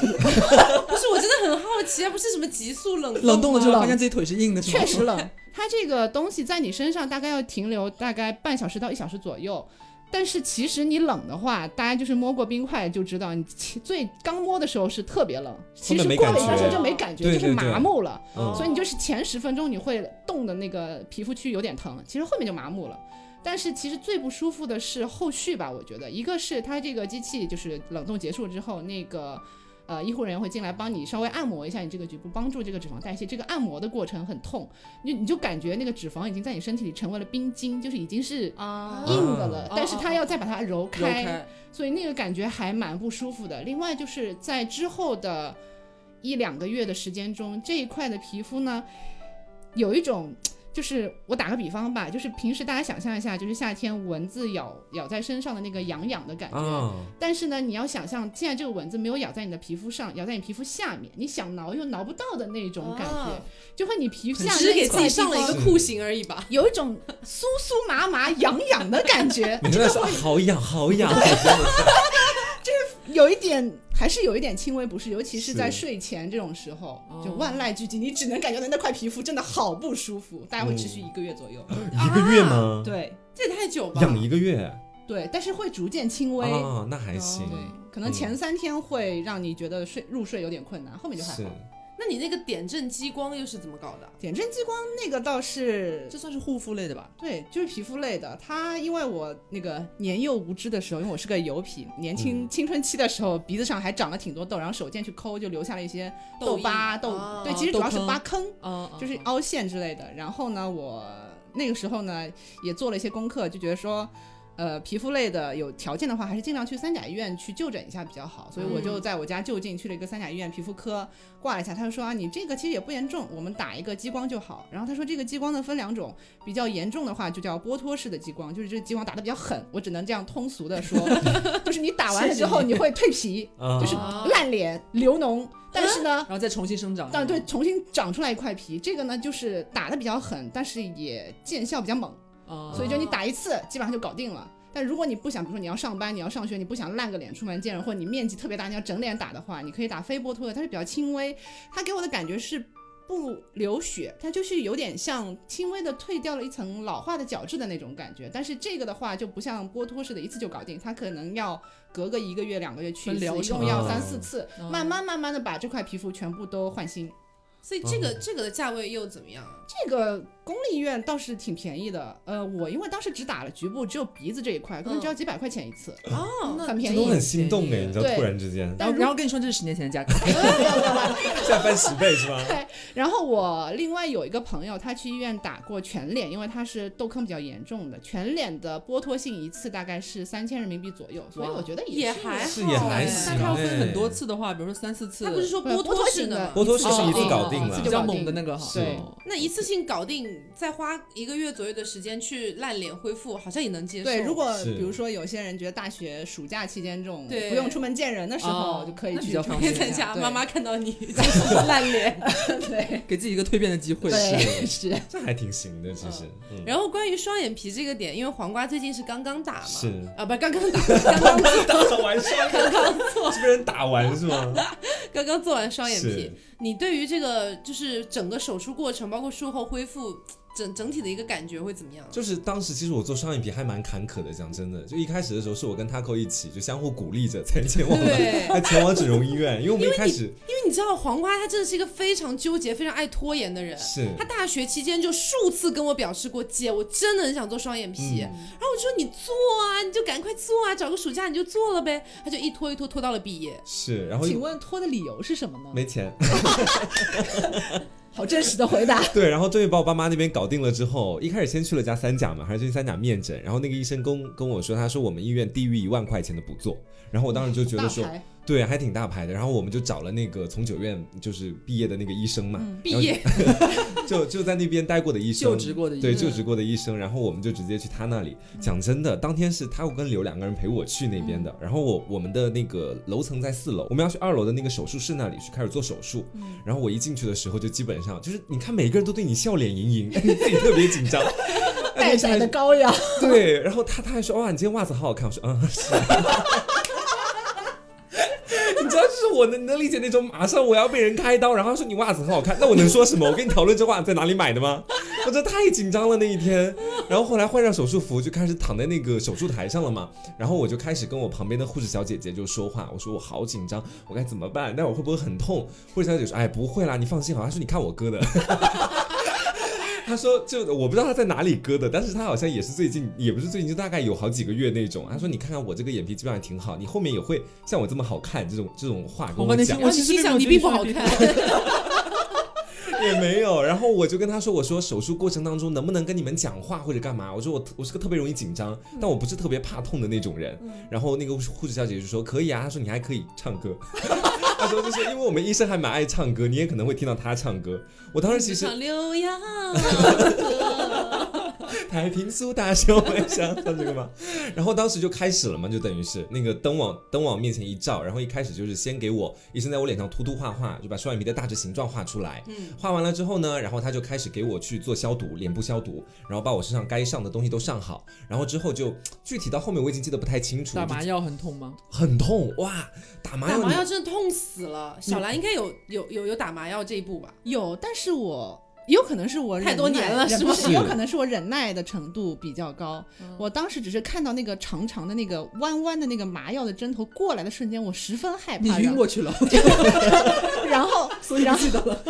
A: 是，我真的很好奇，啊不是什么急速冷
C: 冷冻了之后
A: 吗
C: 发现自己腿是硬的，是吗
D: 确实冷。它这个东西在你身上大概要停留大概半小时到一小时左右。但是其实你冷的话，大家就是摸过冰块就知道，你其最刚摸的时候是特别冷，其实
B: 没
D: 过
B: 感
D: 了一段时
A: 觉
D: 间就没感觉，
B: 对
D: 就是
B: 对对
D: 麻木了。
B: 嗯
D: 哦所以你就是前十分钟你会冻的那个皮肤区有点疼，其实后面就麻木了。但是其实最不舒服的是后续吧，我觉得一个是它这个机器就是冷冻结束之后，那个呃医护人员会进来帮你稍微按摩一下你这个局部，帮助这个脂肪代谢。这个按摩的过程很痛，你你就感觉那个脂肪已经在你身体里成为了冰晶，就是已经是
A: 啊
D: 硬的了，
C: 啊
D: 但是它要再把它揉
C: 揉开，
D: 所以那个感觉还蛮不舒服的。另外就是在之后的一两个月的时间中，这一块的皮肤呢，有一种就是我打个比方吧，就是平时大家想象一下，就是夏天蚊子咬咬在身上的那个痒痒的感觉。
B: 啊，
D: 但是呢，你要想象现在这个蚊子没有咬在你的皮肤上，咬在你皮肤下面，你想挠又挠不到的那种感觉，
A: 啊
D: 就会你皮肤下
A: 只是
D: 面
A: 给自己
D: 一块
A: 上了一
D: 地
A: 个
D: 方
A: 酷刑而已吧。
D: 有一种酥酥麻麻、痒痒的感觉，
B: 你在说好痒好痒，好痒
D: 有一点还是有一点轻微不适，尤其是在
B: 是
D: 睡前这种时候，
C: 哦
D: 就万籁俱寂，你只能感觉到那块皮肤真的好不舒服，大概会持续
B: 嗯
D: 一个月左右。
B: 一个月吗？
D: 对
A: 这也太久吧？
B: 养一个月
D: 对，但是会逐渐轻微。
B: 啊，那还
D: 对
B: 行，，
D: 可能前三天会让你觉得睡入睡有点困难，后面就还
B: 是
D: 好。
A: 那你那个点阵激光又是怎么搞的？
D: 点阵激光那个倒是
C: 这算是护肤类的吧？
D: 对，就是皮肤类的。它因为我那个年幼无知的时候，因为我是个油皮，年轻、青春期的时候，鼻子上还长了挺多痘，然后手贱去抠，就留下了一些痘
A: 印
D: 疤、痘。
A: 啊
D: 对，其实主
C: 痘
D: 要是
C: 坑
D: 疤坑，
C: 啊，
D: 就是凹陷之类的。然后呢，我那个时候呢也做了一些功课，就觉得说，呃皮肤类的有条件的话，还是尽量去三甲医院去就诊一下比较好。所以我就
C: 嗯
D: 在我家就近去了一个三甲医院皮肤科挂了一下，他就说啊，你这个其实也不严重，我们打一个激光就好。然后他说这个激光呢分两种，比较严重的话就叫剥脱式的激光，就是这个激光打的比较狠，我只能这样通俗的 说，就是你打完了之后
C: 谢谢你哦
D: 你会蜕皮，
B: 啊
D: 就是
A: 啊
D: 烂脸流脓，但是呢
C: 然。后再重新生长。
D: 但对，重新长出来一块皮，这个呢就是打的比较狠，但是也见效比较猛，
C: 啊，
D: 所以就你打一次基本上就搞定了。但如果你不想，比如说你要上班，你要上学，你不想烂个脸出门见人，或者你面积特别大，你要整脸打的话，你可以打非剥脱的，它是比较轻微。它给我的感觉是不流血，它就是有点像轻微的退掉了一层老化的角质的那种感觉。但是这个的话就不像剥脱式的一次就搞定，它可能要隔个一个月、两个月去一
C: 分
D: 次，
C: 疗
D: 一
C: 程
D: 共要
B: 啊
D: 三四次，
C: 哦
D: 慢慢慢慢的把这块皮肤全部都换新。
A: 所以这个、这个的价位又怎么样啊？
D: 这个公立医院倒是挺便宜的，呃，我因为当时只打了局部，只有鼻子这一块，
A: 嗯
D: 可能只要几百块钱一次，
A: 哦，那
D: 很便
B: 这
D: 宜。
B: 都很心动哎，你知道，
D: 对
B: 突然之间
D: 但
C: 然后
D: 如
C: 然后跟你说这是十年前的 价格，
B: 下翻十倍是吧？
D: 然后我另外有一个朋友，他去医院打过全脸，因为他是痘坑比较严重的，全脸的剥脱性一次大概是三千人民币左右，所以
C: 哇
D: 我觉得
A: 也
D: 是
A: 还
B: 是
A: 好
B: 也
A: 哎
B: 还
C: 但
B: 行
C: 他要
B: 哎
C: 分很多次的话，比如说三四次，
A: 他不是说
D: 对
A: 剥
D: 剥
A: 脱
D: 脱
A: 式
D: 型
A: 的
D: 的
A: 吗？
B: 剥脱式是一次
D: 哦
B: 搞定
D: 哦
B: 了
D: 哦一次
C: 比
D: 就
C: 较
D: 搞
C: 猛的
D: 定
C: 那个哈。
D: 对
C: 哦
A: 那一次性搞定，再花一个月左右的时间去烂脸恢复，好像也能接受。
D: 对，如果
B: 是
D: 比如说有些人觉得大学暑假期间这种
A: 对
D: 不用出门见人的时
C: 哦
D: 候，就可以
C: 那比
D: 去
C: 较
D: 这
C: 方
D: 种
A: 可以
C: 便
D: 地
A: 在家，
D: 方对
A: 妈妈看到你 烂脸。
D: 对
C: 给自己一个蜕变的机会。
D: 对是。
B: 这还挺行的，其实。嗯，
A: 然后关于双眼皮这个点，因为黄瓜最近是刚刚打嘛，
B: 是
A: 啊，不是刚刚打， 刚刚
B: 打完双眼皮，是被人打完是吗？
A: 刚刚做完双眼皮
B: 是。
A: 你对于这个就是整个手术过程，包括术后恢复，整整体的一个感觉会怎么样？
B: 就是当时其实我做双眼皮还蛮坎坷的，讲真的，就一开始的时候是我跟 Taco 一起就相互鼓励着才前往了，
A: 对
B: 才前往整容医院，因为我们一开始
A: 因为你知道黄瓜他真的是一个非常纠结、非常爱拖延的人。
B: 是
A: 他大学期间就数次跟我表示过，姐，我真的很想做双眼
C: 嗯
A: 皮。然后我就说你做啊，你就赶快做啊，找个暑假你就做了呗。他就一拖一拖拖到了毕业。
B: 是，然后
D: 请问拖的理由是什么呢？
B: 没钱，
D: 好真实的回答。
B: 对，然后终于把我爸妈那边搞定了之后，一开始先去了家三甲嘛，还是去三甲面诊，然后那个医生跟跟我说，他说我们医院低于一万块钱的不做，然后我当时就觉得说
D: 大。牌
B: 对，还挺大牌的。然后我们就找了那个从九院就是毕业的那个医生嘛，
A: 毕
B: 然后
A: 业，
B: 就就在那边待过的医生，
C: 就职过的医
B: 对
C: 生嗯
B: 就职过的医生，然后我们就直接去他那里。讲真的，当天是他跟刘两个人陪我去那边的，然后我我们的那个楼层在四楼，我们要去二楼的那个手术室那里去开始做手术。
C: 嗯
B: 然后我一进去的时候，就基本上就是你看每个人都对你笑脸盈 盈，你自己特别紧张，
D: 待宰的羔羊，
B: 对，然后他他还说哇，你今天袜子好好看，我说嗯 是。你知道，就是我能能理解那种马上我要被人开刀，然后说你袜子很好看，那我能说什么？我跟你讨论这袜子在哪里买的吗？我真的太紧张了那一天。然后后来换上手术服，就开始躺在那个手术台上了嘛。然后我就开始跟我旁边的护士小姐姐就说话，我说我好紧张，我该怎么办？待会儿会不会很痛？护士小姐说，哎，不会啦，你放心好。她说你看我割的。 他说，就我不知道他在哪里割的，但是他好像也是最近，也不是最近，就大概有好几个月那种。他说，你看看我这个眼皮基本上挺好，你后面也会像我这么好看，这种这种话跟
C: 我那
B: 讲
C: 我其实
A: 心
C: 没有
A: 想你
C: 觉得
A: 并不好
C: 双眼皮
A: 看，
B: 也没有。然后我就跟他说，我说手术过程当中能不能跟你们讲话或者干嘛？我说我我是个特别容易紧张，但我不是特别怕痛的那种人。然后那个护士小姐就说可以啊，她说你还可以唱歌。 她说就是因为我们医生还蛮爱唱歌，你也可能会听到她唱歌。我当时其实
A: 想溜呀。
B: 太平苏大秀，我也想唱这个吗？然后当时就开始了嘛，就等于是那个灯往灯往面前一照，然后一开始就是先给我医生在我脸上涂涂画画，就把双眼皮的大致形状画出来。嗯，画完了之后呢，然后他就开始给我去做消毒，脸部消毒，然后把我身上该上的东西都上好，然后之后就具体到后面我已经记得不太清楚，
C: 打
B: 就
C: 麻药很痛吗？
B: 很痛哇，打麻
C: 哎
A: 打
B: 药
A: 麻
B: 你
A: 药真的痛死了，小
C: 嗯
A: 兰应该有有有有打麻药这一步吧？
D: 有，但是我也有可能是我忍
A: 太多
D: 耐
A: 年了
D: 忍
A: 是
D: 不
A: 吗嗯
D: 是有可能是我忍耐的程度比较高。我当时只是看到那个长长的那个弯弯的那个麻药的针头过来的瞬间，我十分害
C: 你
D: 怕。
C: 晕
D: 然
C: 过 去了，
D: 后 然后
C: 所以不记得了。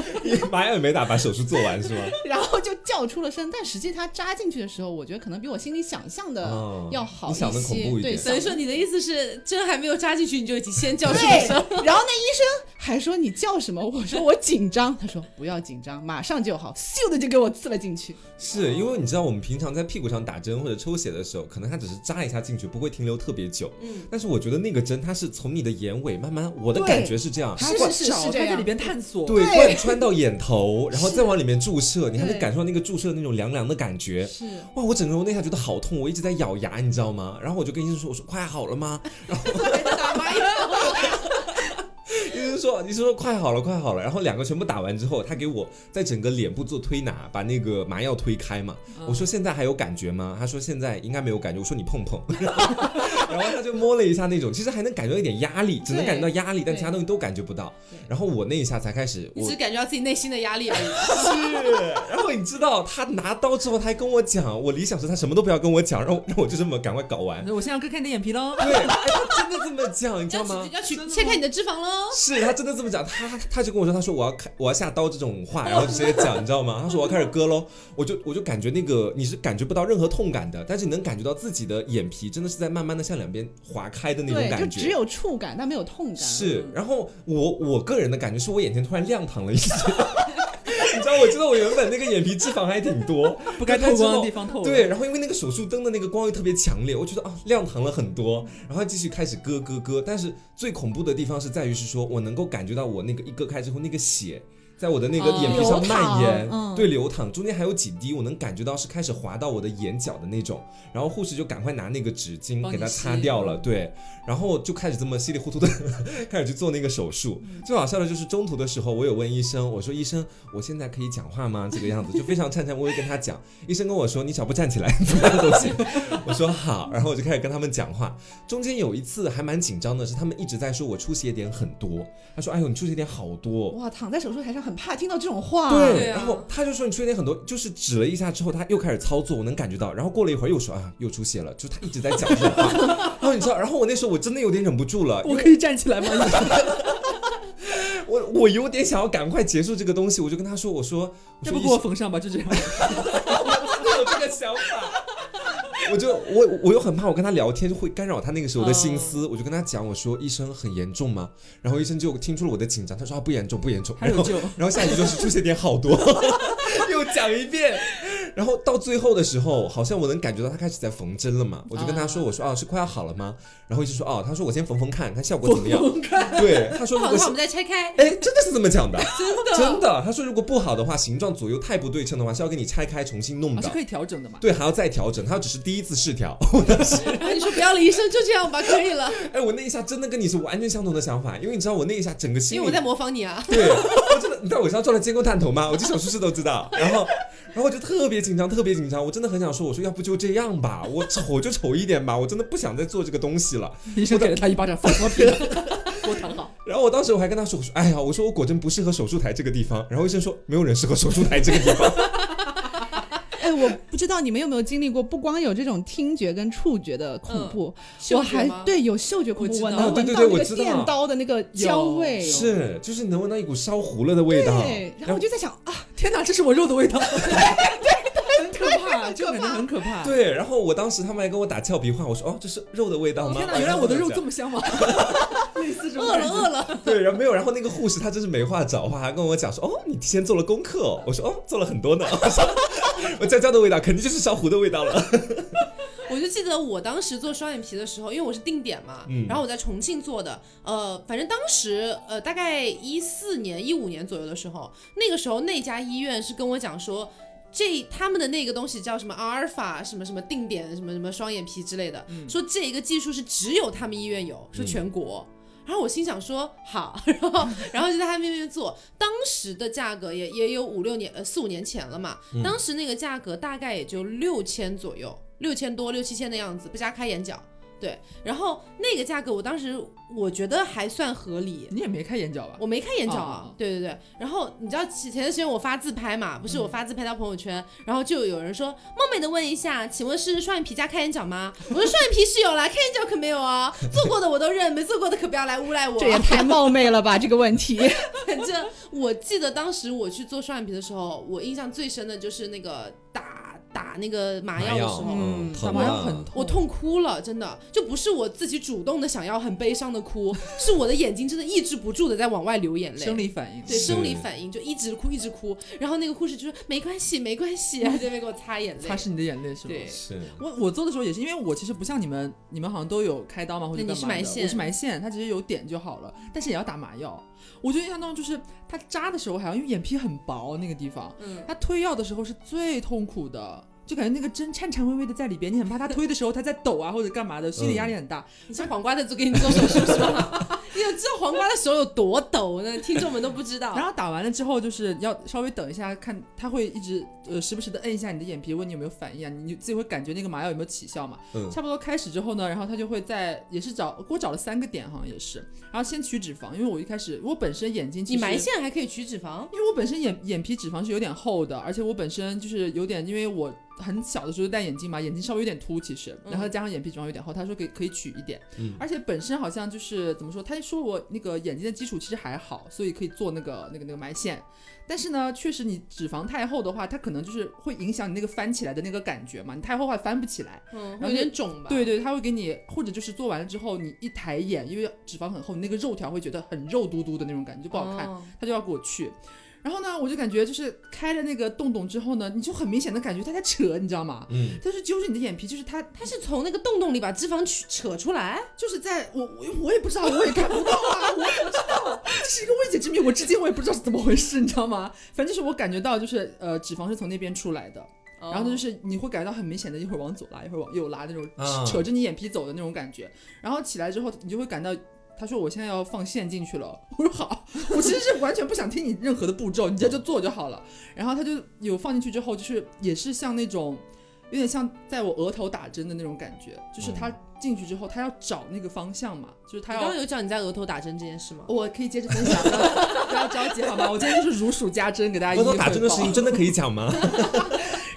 B: 麻药也 没打，把手术做完是吗？
D: 然后就叫出了声，但实际它扎进去的时候，我觉得可能比我心里想象的
B: 哦
D: 要好
B: 你
D: 一些。
B: 想的恐怖一
D: 对，
B: 点
A: 所以
D: 想
A: 说你的意思是针还没有扎进去，你就已经先叫出了
D: 对
A: 声，，
D: 然后那医生还说你叫什么？我说我紧张。他说不要紧张，马上就好，咻的就给我刺了进去。
B: 是因为你知道我们平常在屁股上打针或者抽血的时候，可能它只是扎一下进去，不会停留特别久。
A: 嗯，
B: 但是我觉得那个针它是从你的眼尾慢慢，我的
D: 对
B: 感觉是这样，
D: 是
C: 管
D: 是是
C: 少
D: 是这
C: 他在
D: 样
C: 里边探索，
B: 对，
D: 对
B: 贯穿到眼头，然后再往里面注射，你还能
D: 对
B: 感受到那个注射的那种凉凉的感觉。
D: 是，
B: 哇，我整个人我那下觉得好痛，我一直在咬牙，你知道吗？然后我就跟医生说，我说快好了吗？
A: 打完以后，
B: 医生说，医生说快好了，快好了。然后两个全部打完之后，他给我在整个脸部做推拿，把那个麻药推开嘛。
D: 嗯
B: 我说现在还有感觉吗？他说现在应该没有感觉。我说你碰碰， 然后他就摸了一下那种，其实还能感觉到一点压力，只能
D: 对
B: 感觉到压力，但
D: 对
B: 其他东西都感觉不到
D: 对。
B: 然后我那一下才开始，
A: 你
B: 我
A: 只感觉到自己内心的压力而已。
B: 是， 然后你知道他拿刀之后，他还跟我讲，我理想是他什么都不要跟我讲，让我让我就这么赶快搞
D: 嗯
B: 完。
C: 我现在要割开你的眼 皮了。
B: 对，哎他真的这么讲，你知道吗
A: 要？取要取
C: 真的吗
A: 切开你的脂肪喽。
B: 是他真的这么讲，他他就跟我说，他说我要开我要下刀这种话，然后直接讲，你知道吗？他说我要开始割喽，我就我就感觉那个你是感觉不到任何痛感的，但是你能感觉到自己的眼皮真的是在慢慢的向两边划开的那种
D: 对，就
B: 感
D: 只
B: 觉。
D: 有嗯触感，但没有痛感。
B: 是，然后我我个人的感觉是我眼前突然亮堂了一些， 你知道，我知道我原本那个眼皮脂肪还挺多，
C: 不该透光的地方透了。
B: 对，，然后因为那个手术灯的那个光又特别强烈，我觉得啊亮堂了很多，然后继续开始割割割。但是最恐怖的地方是在于是说我能够感觉到我那个一割开之后那个血。在我的那个
D: 哦
B: 眼皮上
D: 流
B: 蔓
D: 淌
B: 延，
D: 嗯
B: 对流淌，中间还有几滴，我能感觉到是开始滑到我的眼角的那种，然后护士就赶快拿那个纸巾
C: 帮
B: 给
C: 你
B: 它擦
C: 吸
B: 掉了，对，然后就开始这么稀里糊涂的 开始去做那个手术。最好笑的就是中途的时候，我有问医生，我说医生，我现在可以讲话吗？这个样子就非常颤颤巍巍跟他讲，医生跟我说：“你脚不站起来， 怎么样都行。”我说：“好。”然后我就开始跟他们讲话。中间有一次还蛮紧张的，是他们一直在说我出血点很多。他说：“哎呦，你出血点好多。
D: 嗯哇，躺在手术台上很怕听到这种话。
B: 对，
C: 对啊
B: 然后他就说你出血点很多，就是指了一下之后，他又开始操作，我能感觉到。然后过了一会儿又说啊，又出血了，就他一直在讲这种话。然后你知道，然后我那时候我真的有点忍不住了，
C: 我可以站起 来吗？
B: 我我有点想要赶快结束这个东西，我就跟他说，我说，我说
C: 要不
B: 医
C: 给我缝上吧，就这样。
B: 有这个想法。 我就我我又很怕我跟他聊天会干扰他那个时候的心思，我就跟他讲我说医生很严重吗？然后医生就听出了我的紧张，他说啊不严重不严重，
C: 还
B: 然
C: 有
B: 后
C: 救
B: 然后下一句就是出血点好多， 又讲一遍，然后到最后的时候，好像我能感觉到他开始在缝针了嘛，我就跟他说我说啊是快要好了吗？然后医生说哦，他说我先缝缝看看效果怎么样，对，他说
A: 不好
B: 如
A: 的
B: 果是
A: 话，我们再拆 开。
B: 哎，真的是这么讲的，
A: 真的
B: 真的。他说如果不好的话，形状左右太不对称的话，是要给你拆开重新弄
C: 啊
B: 的
C: 是。可以调整的嘛？
B: 对，还要再调整，他只是第一次试调。
A: 然后你说不要了，医生就这样吧，可以了，
B: 哎，我那一下真的跟你是完全相同的想法，因为你知道我那一下整个心
A: 因
B: 里，
A: 为我在模仿你啊。
B: 对， 我真的，你知道我身上撞了监控探头吗？我这手术室都知道。 然后，然后我就特别紧张，特别紧张，我真的很想说，我说要不就这样吧，我丑就丑一点吧，我真的不想再做这个东西了。
C: 医生给了他 一巴掌，放什么屁呢？给 我躺 好。
B: 然后我当时我还跟他说，我说，哎呀，我说我果真不适合手术台这个地方。然后医生说，没有人适合手术台这个地方。
D: 哎，我不知道你们有没有经历过，不光有这种听觉跟触觉的恐怖，
A: 嗅
D: 我
A: 觉
D: 还
A: 吗，
D: 对有嗅觉恐怖，
C: 我
D: 我
C: 知道
D: 能
B: 哦对
D: 闻
B: 对
D: 到
B: 对
D: 那
B: 我
D: 个
B: 知道
D: 电刀的那个焦
C: 有
D: 味，
B: 是，就是你能闻到一股烧糊了的味道。
D: 对，然后我就在想啊，
C: 天哪，这是我肉的味道。 很可怕，这种感觉很可怕。
B: 对，然后我当时他们还跟我打俏皮话，我说哦，这是肉的味道吗？
C: 天哪，原来我的肉这么香吗？类似这种感 觉。饿了，饿了。
B: 对，然后没有，然后那个护士她真是没话找话，还跟我讲说，哦，你提前做了功课、哦，我说哦，做了很多呢， 我说我焦焦的味道肯定就是烧糊的味道了，
A: 我就记得我当时做双眼皮的时候，因为我是定点嘛，
B: 嗯
A: 然后我在重庆做的，呃，反正当时呃大概一四年、一五年左右的时候，那个时候那家医院是跟我讲说。这他们的那个东西叫什么阿尔法什么什么定点什么什么双眼皮之类的，说这一个技术是只有他们医院有，说全国。然后我心想说好， 然后然后就在他们那边做，当时的价格也也有五六年呃四五年前了嘛，当时那个价格大概也就六千左右，六千多六七千的样子，不加开眼角。对，然后那个价格我当时我觉得还算合理，
C: 你也没开眼角吧？
A: 我没看眼角
C: 哦
A: 啊，对对对。然后你知道前前段时间我发自拍嘛，不是我发自拍到朋友圈，然后就有人说冒昧的问一下，请问是双眼皮加开眼角吗？我说双眼皮是有啦，开眼角可没有哦。做过的我都认，没做过的可不要来诬赖我。
D: 这也太冒昧了吧？这个问题，
A: 反正我记得当时我去做双眼皮的时候，我印象最深的就是那个打打打那个麻药的时候，
B: 嗯，
C: 打
B: 疼
C: 麻药
B: 啊
C: 很痛，
A: 我痛哭了，真的，就不是我自己主动的想要很悲伤的哭，是我的眼睛真的抑制不住的在往外流眼泪。
C: 生理反应。
A: 对
B: 是
A: 生理反应就一直哭一直哭，然后那个护士就说没关系没关 系，在那边给我擦眼泪
C: 擦。拭你的眼泪是吗？
A: 对
B: 是
C: 我我做的时候也是，因为我其实不像你们，你们好像都有开刀嘛，或者
A: 那你
C: 干
A: 是
C: 嘛的。
A: 埋线
C: 我是埋线，它直接有点就好了，但是也要打麻药。我就印象当中就是它扎的时候还要，因为眼皮很薄那个地方，
A: 嗯，
C: 它推药的时候是最痛苦的，就感觉那个针颤颤巍巍的在里边，你很怕它推的时候它在抖啊或者干嘛的，心理压力很大。
A: 你吃黄瓜的就给你做手术是吧？ 你有知道黄瓜的手有多抖呢？听众们都不知道。
C: 然后打完了之后就是要稍微等一下，看它会一直呃时不时的摁一下你的眼皮，问你有没有反应啊，你你自己会感觉那个麻药有没有起效嘛。
B: 嗯
C: 差不多开始之后呢，然后他就会在也是找给我找了三个点，好像也是，然后先取脂肪，因为我一开始我本身眼睛其
A: 你
C: 实
A: 埋。线还可以取脂肪，
C: 因为我本身眼眼皮脂肪是有点厚的，而且我本身就是有点，因为我很小的时候就戴眼镜嘛，眼睛稍微有点凸，其实，
A: 嗯
C: 然后加上眼皮脂肪有点厚，他说可以可以取一点，
B: 嗯
C: 而且本身好像就是怎么说，他就说我那个眼睛的基础其实还好，所以可以做那个那个那个埋线，但是呢，确实你脂肪太厚的话，它可能就是会影响你那个翻起来的那个感觉嘛，你太厚的话翻不起来，
A: 嗯，
C: 然后
A: 会有点肿吧？
C: 对，对，他会给你，或者就是做完了之后，你一抬眼，因为脂肪很厚，你那个肉条会觉得很肉嘟嘟的那种感觉，就不好看，
A: 哦
C: 他就要给我去。然后呢，我就感觉就是开了那个洞洞之后呢，你就很明显的感觉他在扯，你知道吗？
B: 嗯，
C: 但是揪着你的眼皮，就是他，
A: 它是从那个洞洞里把脂肪取扯出来，
C: 就是在我我我也不知道，我也看不到啊，我也不知道，这是一个未解之谜，我至今我也不知道是怎么回事，你知道吗？反正就是我感觉到就是呃脂肪是从那边出来的，
A: 哦
C: 然后它就是是你会感觉到很明显的，一会儿往左拉，一会儿往右拉那种
B: 啊
C: 扯着你眼皮走的那种感觉。然后起来之后，你就会感到，他说我现在要放线进去了。我说好，我其实是完全不想听你任何的步骤，你直接就做就好了。然后他就有放进去之后，就是也是像那种，有点像在我额头打针的那种感觉，就是
B: 嗯
C: 他进去之后，他要找那个方向嘛，就是
A: 你
C: 他
A: 刚
C: 要
A: 刚。有讲你在额头打针这件事吗？
C: 我可以接着分享， 不要不要着急好吗？我今天就是如数家珍，给大家一一
B: 刚
C: 汇
B: 刚打针的
C: 报
B: 事情真的可以讲吗？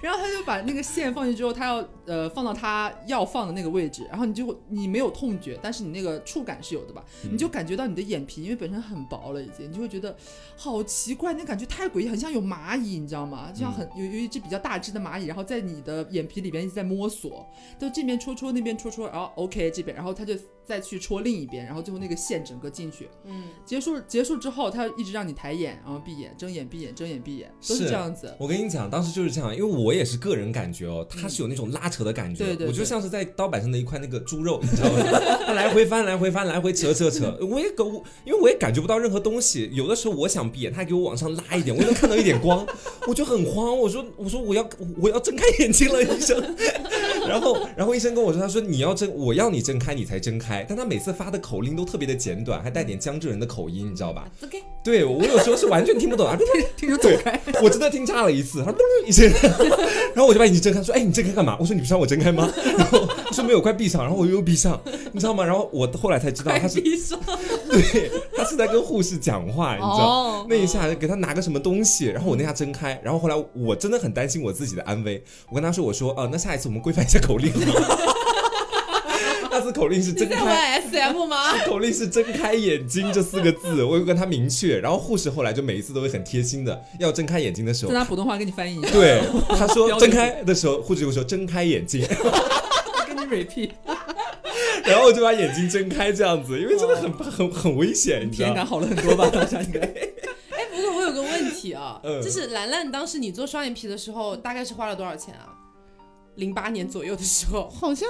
C: 然后他就把那个线放进去之后，他要呃放到他要放的那个位置，然后你就会你没有痛觉，但是你那个触感是有的吧？你就感觉到你的眼皮，因为本身很薄了已经，你就会觉得好奇怪，那感觉太诡异，很像有蚂蚁，你知道吗？就像很有有一只比较大只的蚂蚁，然后在你的眼皮里边一直在摸索，到这边戳戳那边戳戳，然后 OK 这边，然后他就再去戳另一边，然后最后那个线整个进去。
A: 嗯，
C: 结束结束之后，他一直让你抬眼，然后闭眼，睁眼闭眼，睁眼闭眼，都
B: 是
C: 这样子。
B: 我跟你讲，当时就是这样，因为我也是个人感觉哦，它是有那种拉扯的感觉，
C: 嗯对对
B: 我就
C: 对
B: 像是在刀板上的一块那个猪肉，你 知道吗？它来回翻，来回翻，来回扯扯扯，我也感，因为我也感觉不到任何东西。有的时候我想闭眼，它还给我往上拉一点，我能看到一点光，我就很慌，我说我说我要 我要睁开眼睛了，医生。 然后然后医生跟我说，他说你要睁，我要你睁开，你才睁开。但他每次发的口令都特别的简短，还带点江浙人的口音，你知道
C: 啊
B: 吧？
A: o k
B: 对我有时候是完全听 不懂啊，
C: 听着走开。
B: 我真的听差了一次，他说一声， 然后我就把眼睛睁开，说：“哎，你睁开干嘛？”我说：“你不是让我睁开吗？” 然后他说：“没有，快闭上。”然后我又闭上，你知道吗？然后我后来才知
C: 啊
B: 道他是
A: 闭上。
B: 对，他是在跟护士讲话，嗯你知道。
A: 哦，
B: 那一下给他拿个什么东西，然后我那下睁开，然后后来我真的很担心我自己的安危，我跟他说我说呃那下一次我们规范一下口令， 那次口令是
A: 你
B: 睁
A: 在
B: 开，
A: 玩 SM 吗？
B: 口令是睁开眼睛这四个字，我有跟他明确，然后护士后来就每一次都会很贴心的要睁开眼睛的时候
C: 就，拿普通话给你翻译一 下，
B: 对，他说
C: 标
B: 睁
C: 准
B: 开的时候，护士就说睁开眼睛，
C: 跟你 repeat，
B: 然后我就把眼睛睁开这样子，因为真的很怕很很危 险，你
C: 体
B: 知
C: 验
B: 道
C: 感。好了很多吧？大家 应该。
A: 哎，不过我有个问题啊，
B: 嗯
A: 就是兰兰当时你做双眼皮的时候，大概是花了多少钱啊？零八年左右的时候，
D: 好像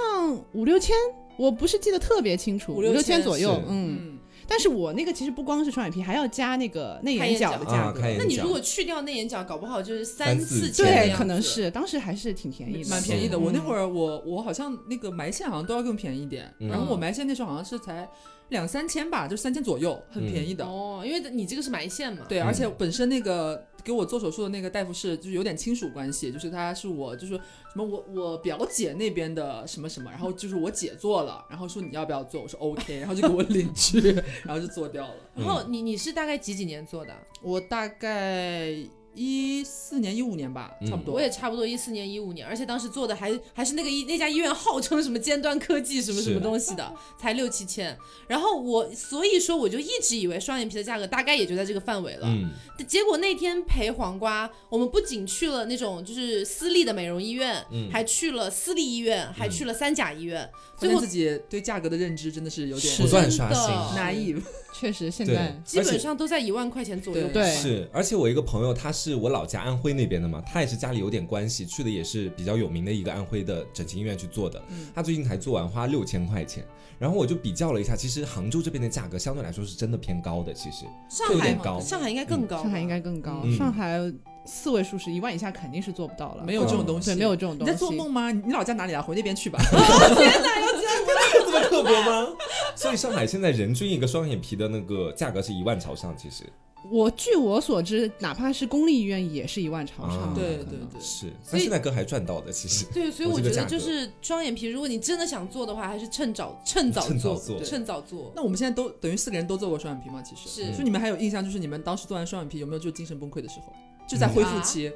D: 五六千，我不是记得特别清楚，
A: 五
D: 五
A: 六千
D: 千左右
B: 是，
D: 嗯。
C: 嗯，
D: 但是我那个其实不光是双眼皮，还要加那个内眼角的
A: 开
D: 价
B: 啊，
D: 格，
B: 开眼
A: 那你如
B: 角
A: 果去掉内眼角，搞不好就是
B: 三
A: 四
B: 四
A: 千的
D: 对，
A: 样
D: 可能
A: 子。
D: 是当时还是挺便宜的，
C: 蛮便宜的。
D: 嗯
C: 我那会儿我我好像那个埋线好像都要更便宜一点，
B: 嗯
C: 然后我埋线那时候好像是才两三千吧，就三千左右，很便宜的。
A: 哦，因为你这个是埋线嘛。
C: 对，
B: 嗯
C: 而且本身那个给我做手术的那个大夫是就是有点亲属关系，就是他是我就是什么我我表姐那边的什么什么，然后就是我姐做了，然后说你要不要做，我说 OK，然后就给我领去，然后就做掉了。
A: 然后你你是大概几几年做的？
C: 我大概一四年一五年吧，
B: 嗯
C: 差不多。
A: 我也差不多一四年一五年，而且当时做的还还是那个医那家医院号称什么尖端科技什么什么
B: 是
A: 东西的，才六七千。然后我所以说我就一直以为双眼皮的价格大概也就在这个范围了。
B: 嗯，
A: 但结果那天陪黄瓜，我们不仅去了那种就是私立的美容医院，
B: 嗯
A: 还去了私立医院，还去了三甲医院，
C: 发
A: 最
C: 现
A: 后
C: 自己对价格的认知真的是有点
D: 是
B: 不断刷新
A: 真。的
C: 难以。
D: 确实现在
A: 基
B: 而且
A: 本上都在一万块钱左右。
C: 对
D: 对
B: 是，而且我一个朋友，他是我老家安徽那边的嘛，他也是家里有点关系，去的也是比较有名的一个安徽的整形医院去做的。他最近才做完，花六千块钱。然后我就比较了一下，其实杭州这边的价格相对来说是真的偏高的，其实
A: 上
B: 会有
A: 海
B: 点
A: 嘛
B: 高。
A: 上海应该更高吧，
D: 上海应该更高，
B: 嗯
D: 上海四位数是一万以下肯定是做不到了，
C: 没有这种东西，
D: 对没有这种
C: 你
D: 东西。
C: 在做梦吗？你你老家哪里啊？回那边去吧。
B: 这么刻薄吗？所以上海现在人均一个双眼皮的那个价格是一万朝上，其实
D: 我据我所知，哪怕是公立医院也是一万朝上
B: 啊
D: 的可能。
C: 对对对，
B: 是。
A: 所
B: 但
A: 以
B: 现在哥还赚到的，其实
A: 对，所以
B: 我
A: 我
B: 这个
A: 觉得
B: 价
A: 就
B: 格
A: 是双眼皮，如果你真的想做的话，还是趁早趁早
B: 趁早
A: 做，
B: 做
A: 对趁早做。
C: 那我们现在都等于四个人都做过双眼皮吗？其实
A: 是
C: 就你们还有印象，就是你们当时做完双眼皮有没有就精神崩溃的时候？就在恢复期，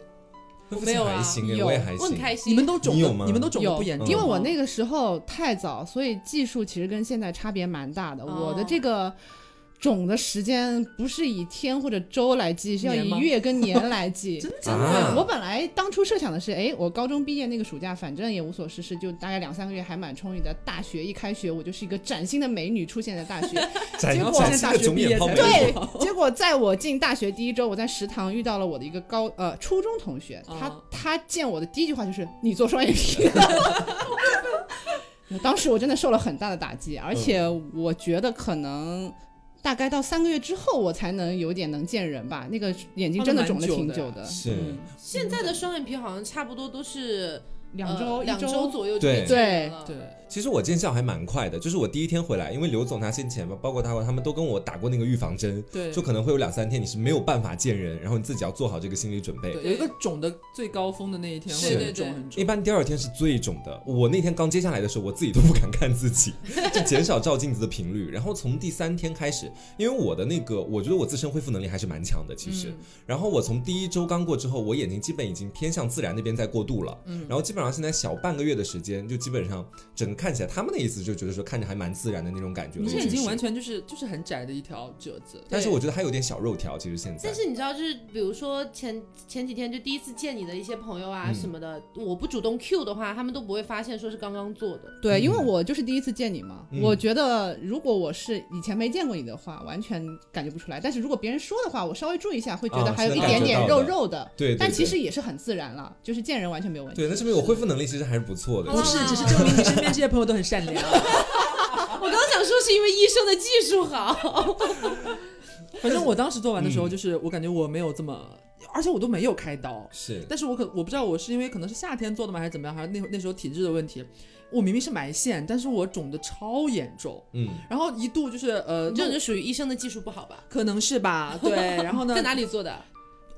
B: 恢复
A: 没
B: 期
A: 有
B: 还
A: 啊
B: 行哎，
D: 有
B: 我也还
A: 我很
B: 行。
A: 开心，
C: 你们都肿
B: 你
C: 的
B: 有吗，
C: 你们都肿的
D: 有
C: 不严重吗，
D: 因为我那个时候太早，所以技术其实跟现在差别蛮大的。
A: 哦
D: 我的这个肿的时间不是以天或者周来计，是要
C: 年
D: 以
C: 吗
D: 月跟年来计。
C: 真的
B: 假
C: 假
B: 的
C: 的？
B: 啊
D: 我本来当初设想的是，哎，我高中毕业那个暑假，反正也无所事事，就大概两三个月还蛮充裕的。大学一开学，我就是一个崭新的美女出现在大学，
B: 展
D: 结果
B: 展现
C: 现在
B: 的
C: 大学
B: 肿
C: 毕
B: 眼
C: 业
B: 泡
C: 才
B: 没
C: 知道
B: 有
D: 对，结果在我进大学第一周，我在食堂遇到了我的一个高呃初中同学，他、
C: 啊
D: 他见我的第一句话就是你做双眼皮了。 当时我真的受了很大的打击，而且我觉得可能大概到三个月之后，我才能有点能见人吧。那个眼睛真的肿了挺久的，
B: 是
C: 嗯
A: 现在的双眼皮好像差不多都是
D: 两周、
A: 呃
D: 一
A: 两周左右就
B: 对
A: 可以见人了
C: 对，
B: 其实我见效还蛮快的，就是我第一天回来，因为刘总他先前吧，包括他他们都跟我打过那个预防针，
C: 对
B: 就可能会有两三天你是没有办法见人，然后你自己要做好这个心理准备。
C: 对，有一个肿的最高峰的那一天
B: 是
C: 会
B: 对
C: 很
A: 对对
C: 肿很
B: 一
C: 肿。
B: 般第二天是最肿的，我那天刚接下来的时候，我自己都不敢看自己， 就减少照镜子的频率。然后从第三天开始，因为我的那个，我觉得我自身恢复能力还是蛮强的，其实。
C: 嗯
B: 然后我从第一周刚过之后，我眼睛基本已经偏向自然那边在过渡了。
C: 嗯
B: 然后基本上现在小半个月的时间，就基本上整个看起来，他们的意思就觉得说看着还蛮自然的那种感觉了。
C: 你现在已
B: 就
C: 经
B: 是
C: 完全就是就是很窄的一条褶子，
B: 但是我觉得还有点小肉条，其实现在。
A: 但是你知道，就是比如说前前几天就第一次见你的一些朋友啊
B: 嗯
A: 什么的，我不主动 Q 的话，他们都不会发现说是刚刚做的。
D: 对，因为
B: 嗯
D: 我就是第一次见你嘛，
B: 嗯
D: 我觉得如果我是以前没见过你的话，完全感觉不出来。但是如果别人说的话，我稍微注意一下，会觉
B: 啊
D: 得还有
B: 是
D: 一
B: 能
D: 点
B: 感觉
D: 点
B: 到
D: 肉
B: 的
D: 肉的，
B: 对对
D: 但其
B: 对
D: 实也是很自然了，就是见人完全没有问题。
B: 对，那证明我恢复能力其实还是不错
C: 哦
B: 的。
A: 不是只是
C: 证明你身边这些朋友都很善良。
A: 我刚想说是因为医生的技术好，
C: 反正我当时做完的时
A: 嗯
C: 候，就是我感觉我没有这么，而且我都没有开刀，
B: 是
C: 但是我可我不知道我是因为可能是夏天做的吗，还是怎么样，还是那会那时候体质的问题。我明明是埋线，但是我肿的超严重，
B: 嗯，
C: 然后一度就是呃，
A: 你这种
C: 弄
A: 就属于医生的技术不好吧？
C: 可能是吧，对。然后呢，
A: 在哪里做的？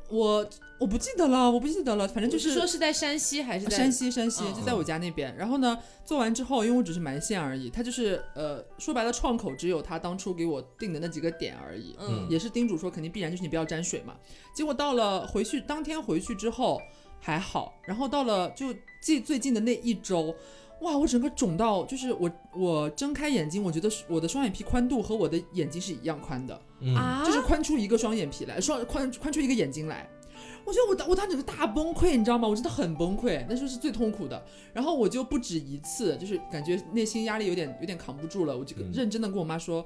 C: 我我不记得了，我不记得了，反正就
A: 就是说是在山西还是在
C: 山？西，山西
A: 嗯
C: 就在我家那边。然后呢，做完之后，因为我只是埋线而已，他就是呃，说白了，创口只有他当初给我定的那几个点而已，
A: 嗯，
C: 也是叮嘱说肯定必然就是你不要沾水嘛。结果到了回去当天回去之后还好，然后到了就最最近的那一周。哇！我整个肿到，就是我我睁开眼睛，我觉得是我的双眼皮宽度和我的眼睛是一样宽的，
B: 嗯，
A: 啊，
C: 就是宽出一个双眼皮来，双宽宽出一个眼睛来。我觉得我当我当整个大崩溃，你知道吗？我真的很崩溃，那时候是最痛苦的。然后我就不止一次，就是感觉内心压力有点有点扛不住了，我就
B: 嗯
C: 认真的跟我妈说：“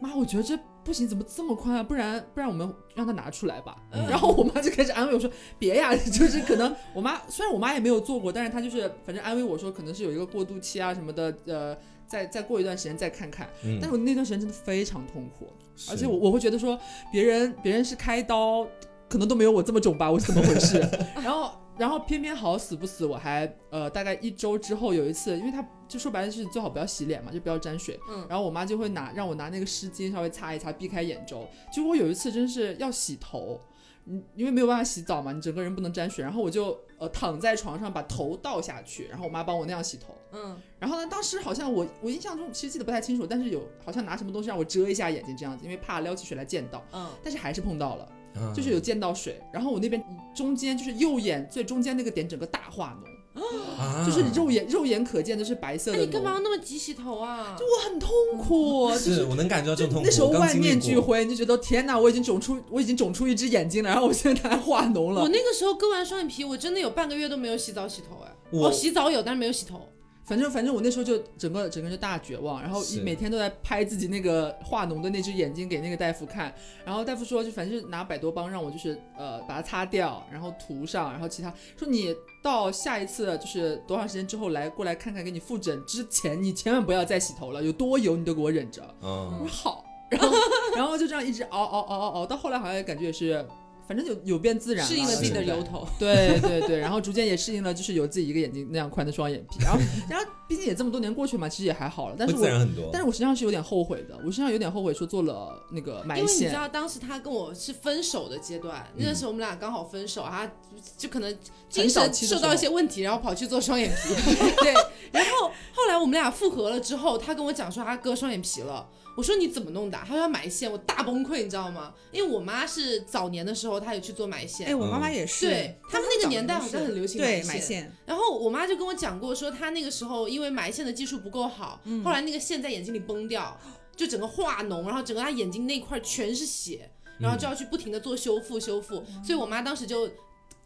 C: 妈，我觉得这不行，怎么这么宽啊？不然不然我们让它拿出来吧。
B: 嗯
C: 然后我妈就开始安慰我说：“别呀， 就是可能我妈虽然我妈也没有做过，但是她就是反正安慰我说可能是有一个过渡期啊什么的，呃，再再过一段时间再看看。
B: 嗯
C: 但是我那段时间真的非常痛苦，
B: 是
C: 而且我我会觉得说，别人别人是开刀，可能都没有我这么肿吧，我是怎么回事？然后然后偏偏好死不死，我还呃大概一周之后有一次，因为他就说白了是最好不要洗脸嘛，就不要沾水。
A: 嗯
C: 然后我妈就会拿让我拿那个湿巾稍微擦一擦，避开眼周。结果我有一次真是要洗头。嗯，因为没有办法洗澡嘛，你整个人不能沾水，然后我就呃躺在床上把头倒下去，然后我妈帮我那样洗头，
A: 嗯，
C: 然后呢，当时好像我我印象中其实记得不太清楚，但是有好像拿什么东西让我遮一下眼睛这样子，因为怕撩起水来溅到，
A: 嗯，
C: 但是还是碰到了。
B: 啊
C: 就是有溅到水，然后我那边中间就是右眼最中间那个点整个大化脓，
B: 啊
C: 就是肉眼肉眼可见的是白色
A: 那
C: 的
A: 哎你
C: 脓
A: 干嘛要那么急洗头啊？
C: 就我很痛苦，啊就是
B: 我能感觉到这
C: 就
B: 种痛苦。
C: 那时候
B: 我刚
C: 万
B: 经历
C: 念
B: 过
C: 俱灰，你就觉得天哪，我已经肿出我已经肿出一只眼睛了，然后我现在还化脓
A: 我
C: 了。
A: 那个时候割完双眼皮，我真的有半个月都没有洗澡洗头哎，
B: 我
A: 哦、洗澡有，但是没有洗头。
C: 反正反正我那时候就整个整个就大绝望，然后
B: 是
C: 每天都在拍自己那个化脓的那只眼睛给那个大夫看，然后大夫说就反正是拿百多邦让我就是呃把它擦掉，然后涂上，然后其他说你到下一次就是多长时间之后来过来看看给你复诊之前，你千万不要再洗头了，有多油你都给我忍着。 我
B: 嗯
C: 说好，然后然后就这样一直熬熬熬熬熬，到后来好像也感觉也是，反正有有变自然，
A: 适应了自己的
B: 是的
A: 油。头，
C: 对对对，然后逐渐也适应了，就是有自己一个眼睛那样宽的双眼皮，然后然后毕竟也这么多年过去嘛，其实也还好了。但
B: 会
C: 是
B: 自
C: 我
B: 然很多。
C: 但是我身上是有点后悔的，我身上有点后悔说做了那个埋
A: 因为你知
C: 线，
A: 道当时他跟我是分手的阶段，
B: 嗯
A: 那时候我们俩刚好分手啊，就可能精
C: 很早
A: 神
C: 期的时
A: 受
C: 候
A: 到一些问题，然后跑去做双眼 皮。对，然后后来我们俩复合了之后，他跟我讲说他割双眼皮了。我说你怎么弄的啊？他说他埋线，我大崩溃，你知道吗？因为我妈是早年的时候她也去做埋线，
E: 哎，我妈妈也是，
A: 对他们那个年代好像很流行
E: 对
A: 埋
E: 买
A: 线。
E: 线，
A: 然后我妈就跟我讲过，说她那个时候因为埋线的技术不够好，
C: 嗯
A: 后来那个线在眼睛里崩掉，就整个化脓，然后整个她眼睛那块全是血，
B: 嗯
A: 然后就要去不停的做修复修复。所以我妈当时就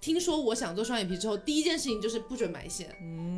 A: 听说我想做双眼皮之后，第一件事情就是不准埋线。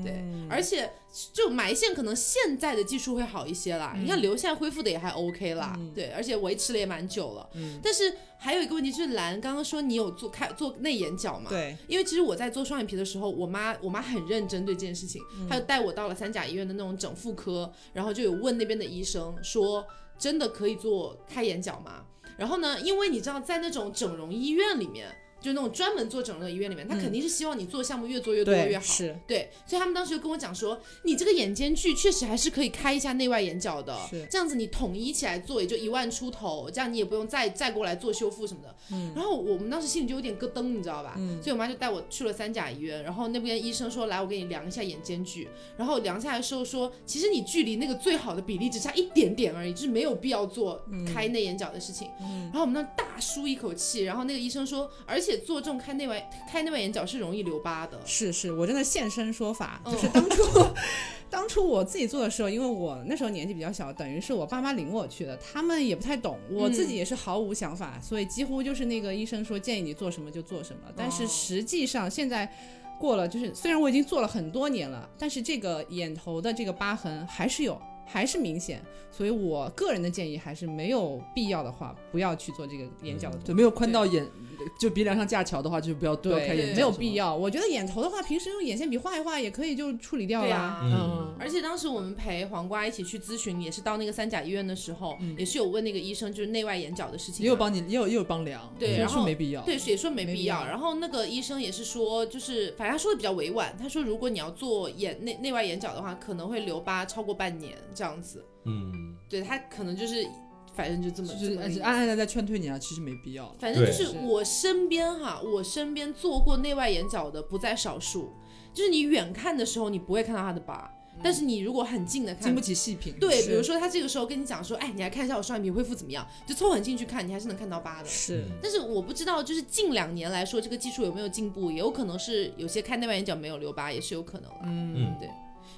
A: 对，而且就埋线可能现在的技术会好一些啦，你看流线恢复的也还 OK 啦，对，而且维持了也蛮久了。但是还有一个问题就是，兰刚刚说你有做开做内眼角嘛？
E: 对，
A: 因为其实我在做双眼皮的时候，我妈我妈很认真对这件事情，
E: 嗯
A: 她就带我到了三甲医院的那种整复科，然后就有问那边的医生说，真的可以做开眼角吗？然后呢，因为你知道在那种整容医院里面，就那种专门做整容的医院里面，他肯定是希望你做项目越做越多越
E: 嗯对
A: 好。
E: 是
A: 对，所以他们当时就跟我讲说，你这个眼间距确实还是可以开一下内外眼角的
E: 是，
A: 这样子你统一起来做也就一万出头，这样你也不用再再过来做修复什么的。然后我们当时心里就有点咯噔，你知道吧？所以我妈就带我去了三甲医院，然后那边医生说来，我给你量一下眼间距，然后量下来的时候说，其实你距离那个最好的比例只差一点点而已，就是没有必要做开内眼角的事情。然后我们那大舒一口气，然后那个医生说，而且做这种开内外开内外眼角是容易留疤的。
E: 是是，我真的现身说法，
A: 嗯
E: 就是当初 当初我自己做的时候，因为我那时候年纪比较小，等于是我爸妈领我去的，他们也不太懂，我自己
A: 嗯
E: 也是毫无想法，所以几乎就是那个医生说建议你做什么就做什么，但
A: 哦
E: 是实际上现在。过了，就是虽然我已经做了很多年了，但是这个眼头的这个疤痕还是有，还是明显，所以我个人的建议还是没有必要的话，不要去做这个眼角的动作
C: 对，没有宽到眼，就鼻梁上架桥的话，就是不要不要开眼
E: 对，
C: 角，
E: 没有必。要。我觉得眼头的话，平时用眼线笔画一画也可以就处理掉
A: 对
E: 了。
A: 啊，
B: 嗯，
A: 而且当时我们陪黄瓜一起去咨询，也是到那个三甲医院的时候，也是有问那个医生就是内外眼角的事情嘛，
C: 嗯也有帮你，也有也有帮梁，
A: 对
C: 所以
A: 然
C: 说
A: 后
C: 没必要。
A: 对，也说没
E: 没
A: 必
E: 必
A: 要。
E: 要
A: 然后那个医生也是说，就是反正他说的比较委婉，他说如果你要做眼内内外眼角的话，可能会留疤超过半年这样子。
B: 嗯，
A: 对他可能就是反正就这么
C: 就
A: 这
C: 是
A: 么个意思
C: 暗暗的在劝退你啊，其实没必要。
A: 反正就
B: 对
A: 是
E: 是
A: 我身边哈，我身边做过内外眼角的不在少数。就是你远看的时候，你不会看到他的疤，但是你如果很近的看
C: 嗯经不，起细品。
A: 对，
E: 是
A: 比如说他这个时候跟你讲说，哎，你来看一下我双眼皮恢复怎么样，就凑很近去看，你还是能看到疤的。
E: 是
B: 嗯
A: 但是我不知道，就是近两年来说，这个技术有没有进步，也有可能是有些开内外眼角没有留疤，也是有可能啦。
B: 嗯
A: 对，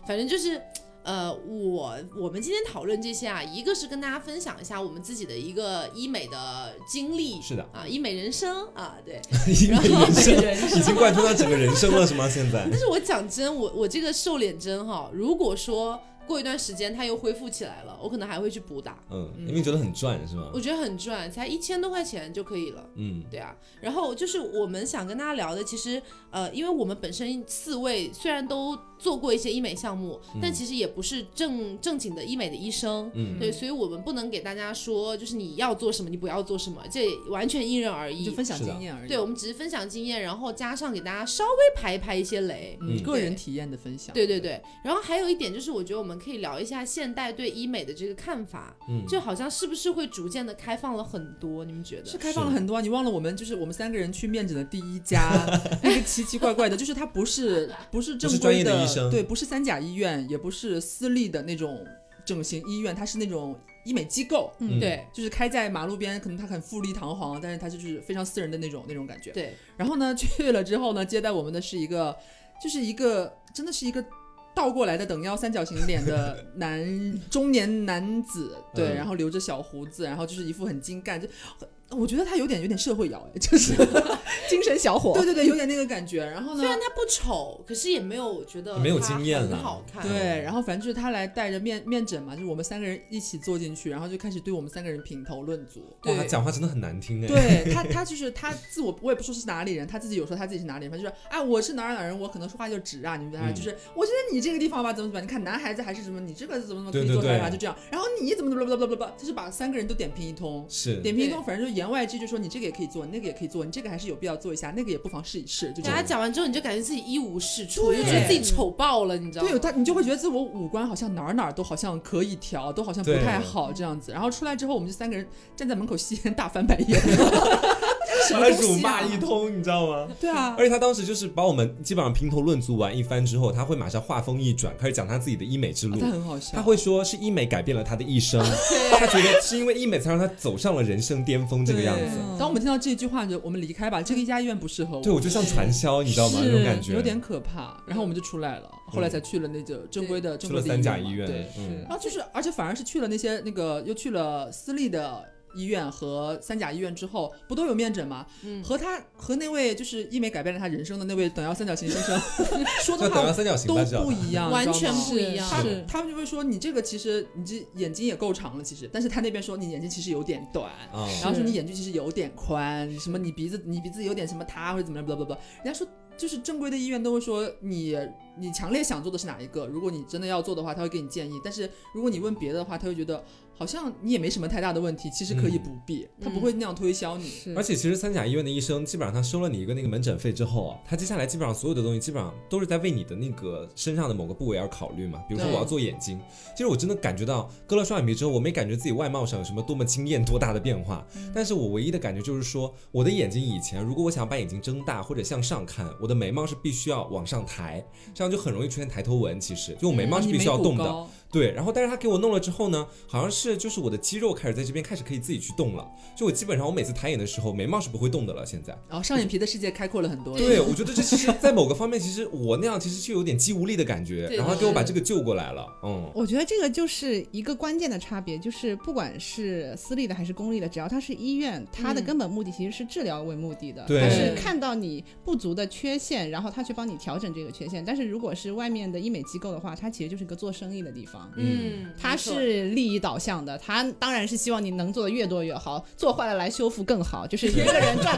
A: 反正就是。呃，我我们今天讨论这些啊，一个是跟大家分享一下我们自己的一个医美的经历，
B: 是的
A: 啊，医美人生啊，对。
B: 因为人生
C: 人
B: 已经贯穿到整个人生了，是吗？现在
A: 但是我讲真，我我这个瘦脸针哈，如果说过一段时间它又恢复起来了，我可能还会去补打，
B: 嗯，因为觉得很赚，是吗
A: 我？觉得很赚，才一千多块钱就可以了。
B: 嗯，
A: 对啊，然后就是我们想跟大家聊的，其实呃，因为我们本身四位虽然都做过一些医美项目，
C: 嗯
A: 但其实也不是正正经的医美的医生，
B: 嗯
A: 对，所以我们不能给大家说就是你要做什么，你不要做什么，这完全因人而
C: 就
A: 异。
C: 分享
B: 是的
C: 经验而已。
A: 对，我们只是分享经验，然后加上给大家稍微排一排一些雷。
B: 嗯
C: 嗯，个人体验的分享。
A: 对对对，然后还有一点就是，我觉得我们可以聊一下现代对医美的这个看法，
B: 嗯
A: 就好像是不是会逐渐的开放了很多？你们觉得
C: 是？开放了很多啊！你忘了我们就是我们三个人去面诊的第一 家，那个奇奇怪怪的，就是它不是不是正
B: 不是专
C: 规
B: 业的医生
C: 对，不是三甲医院，也不是私立的那种整形医院，它是那种医美机构，
B: 嗯
C: 对，就是开在马路边，可能它很富丽堂皇，但是它就是非常私人的那种那种感觉。
A: 对，
C: 然后呢，去了之后呢，接待我们的是一个， 就是一个真的是一个倒过来的等腰三角形脸的男中年男子，对，
B: 嗯
C: 然后留着小胡子，然后就是一副很精干，就我觉得他有点有点社会摇，哎 就是
E: 精神小伙
C: 对对对，有点那个感觉。然后呢
A: 虽，然他不丑，可是也没有觉得
B: 嗯没有
A: 他
B: 经验
A: 很
B: 了
A: 好看。
C: 对，然后反正就是他来带着面面诊嘛，就是我们三个人一起坐进去，然后就开始对我们三个人品头论足。
B: 哇，他
C: 对
B: 讲话真的很难听哎。
C: 对他，他就是他自我，我也不说是哪里人，他自己有说他自己是哪里人，反正就是哎，我是哪儿哪儿人，我可能说话就直啊，你们啊，
B: 嗯
C: 就是我觉得你这个地方吧，怎么怎么样，你看男孩子还是什么，你这个怎么怎么可
B: 对
C: 以
B: 对
C: 做出来吧，
B: 对
C: 就这样，然后你怎么怎么怎么怎么怎么，就是把三个人都点评一通。
B: 是，
C: 点评一
A: 对
C: 通，反正就言外之意，就说你这个也可以做，你那个也可以做，你这个还是有必要做一下，那个也不妨试一试，就这
A: 大家
C: 样。
A: 讲完之后，你就感觉自己一无是处，
C: 对
A: 就觉得自己丑爆了，你知道吗？
C: 对他，你就会觉得自我五官好像哪儿哪儿都好像可以调，都好像不
B: 对
C: 太好这样子。然后出来之后，我们就三个人站在门口吸烟，大翻白 眼，什
B: 把他
C: 么东
B: 辱
C: 西啊
B: 骂？一通，你知道 吗？
C: 对啊，
B: 而且他当时就是把我们基本上评头论足完一番之后，他会马上话锋一转，开始讲他自己的医美之
C: 啊
B: 路。
C: 他很好笑，
B: 他会说是医美改变了他的一 生，他觉得是因为医美才让他走上了人生巅峰这个样子。
C: 对当我们听到这句话，就我们离开吧，这个一家医院不适合我。
B: 对，我就像传销，你知道吗？那种感觉嗯
C: 有点可怕。然后我们就出来了，后来才去了那个正规的正
B: 去
C: 规
B: 了
C: 的
B: 三甲
C: 嘛
B: 医院，
C: 对，
B: 嗯，
C: 然后就是，而且反而是去了那些那个，又去了私立的医院和三甲医院之后，不都有面诊吗？
A: 嗯
C: 和他和那位就是医美改变了他人生的那位等腰三角形先 生 说
B: 就
C: 的
B: 等
C: 话
B: 到三角形
C: 都
B: 吧，知道
C: 不一样，
A: 完
C: 你知道
A: 全
C: 吗
A: 不一样。嗯
C: 他
B: 是
C: 他们就会说你这个其实你这眼睛也够长了，其实，但是他那边说你眼睛其实有点短，
B: 啊，
C: 然后说你眼距其实有点宽，什么你鼻子你鼻子有点什么塌或者怎么样，不不不，人家说就是正规的医院都会说你你强烈想做的是哪一个，如果你真的要做的话，他会给你建议，但是如果你问别的话，他会觉得好像你也没什么太大的问题，其实可
B: 嗯
C: 以不必，他不会那样推销你。
B: 而且其实三甲医院的医生，基本上他收了你一个那个门诊费之后啊，他接下来基本上所有的东西，基本上都是在为你的那个身上的某个部位而考虑嘛。比如说
C: 对
B: 我要做眼睛，其实我真的感觉到割了双眼皮之后，我没感觉自己外貌上有什么多么惊艳、多大的变化，但是我唯一的感觉就是说，我的眼睛以前如果我想把眼睛睁大或者向上看，我的眉毛是必须要往上抬，这样就很容易出现抬头纹。其实就我眉毛是
C: 你
B: 必
C: 眉
B: 须要
C: 骨
B: 动的，
C: 高
B: 对，然后但是他给我弄了之后呢，好像是就是我的肌肉开始在这边开始可以自己去动了，就我基本上我每次抬眼的时候眉毛是不会动的了。现在，
C: 然后上眼皮的世界开阔了很多。
B: 对我觉得这其实，在某个方面，其实我那样其实是有点肌无力的感觉，
A: 对
B: 然后他给我把
A: 是
B: 这个救过来了，嗯，
D: 我觉得这个就是一个关键的差别，就是不管是私立的还是公立的，只要它是医院，它的
A: 嗯
D: 根本目的其实是治疗为目的的，
B: 对
D: 它是看到你不足的缺陷，然后他去帮你调整这个缺陷。但是如果是外面的医美机构的话，它其实就是个做生意的地方。
A: 嗯，
D: 它是利益导向的，它当然是希望你能做的越多越好，做坏了来修复更 好，就是一个人赚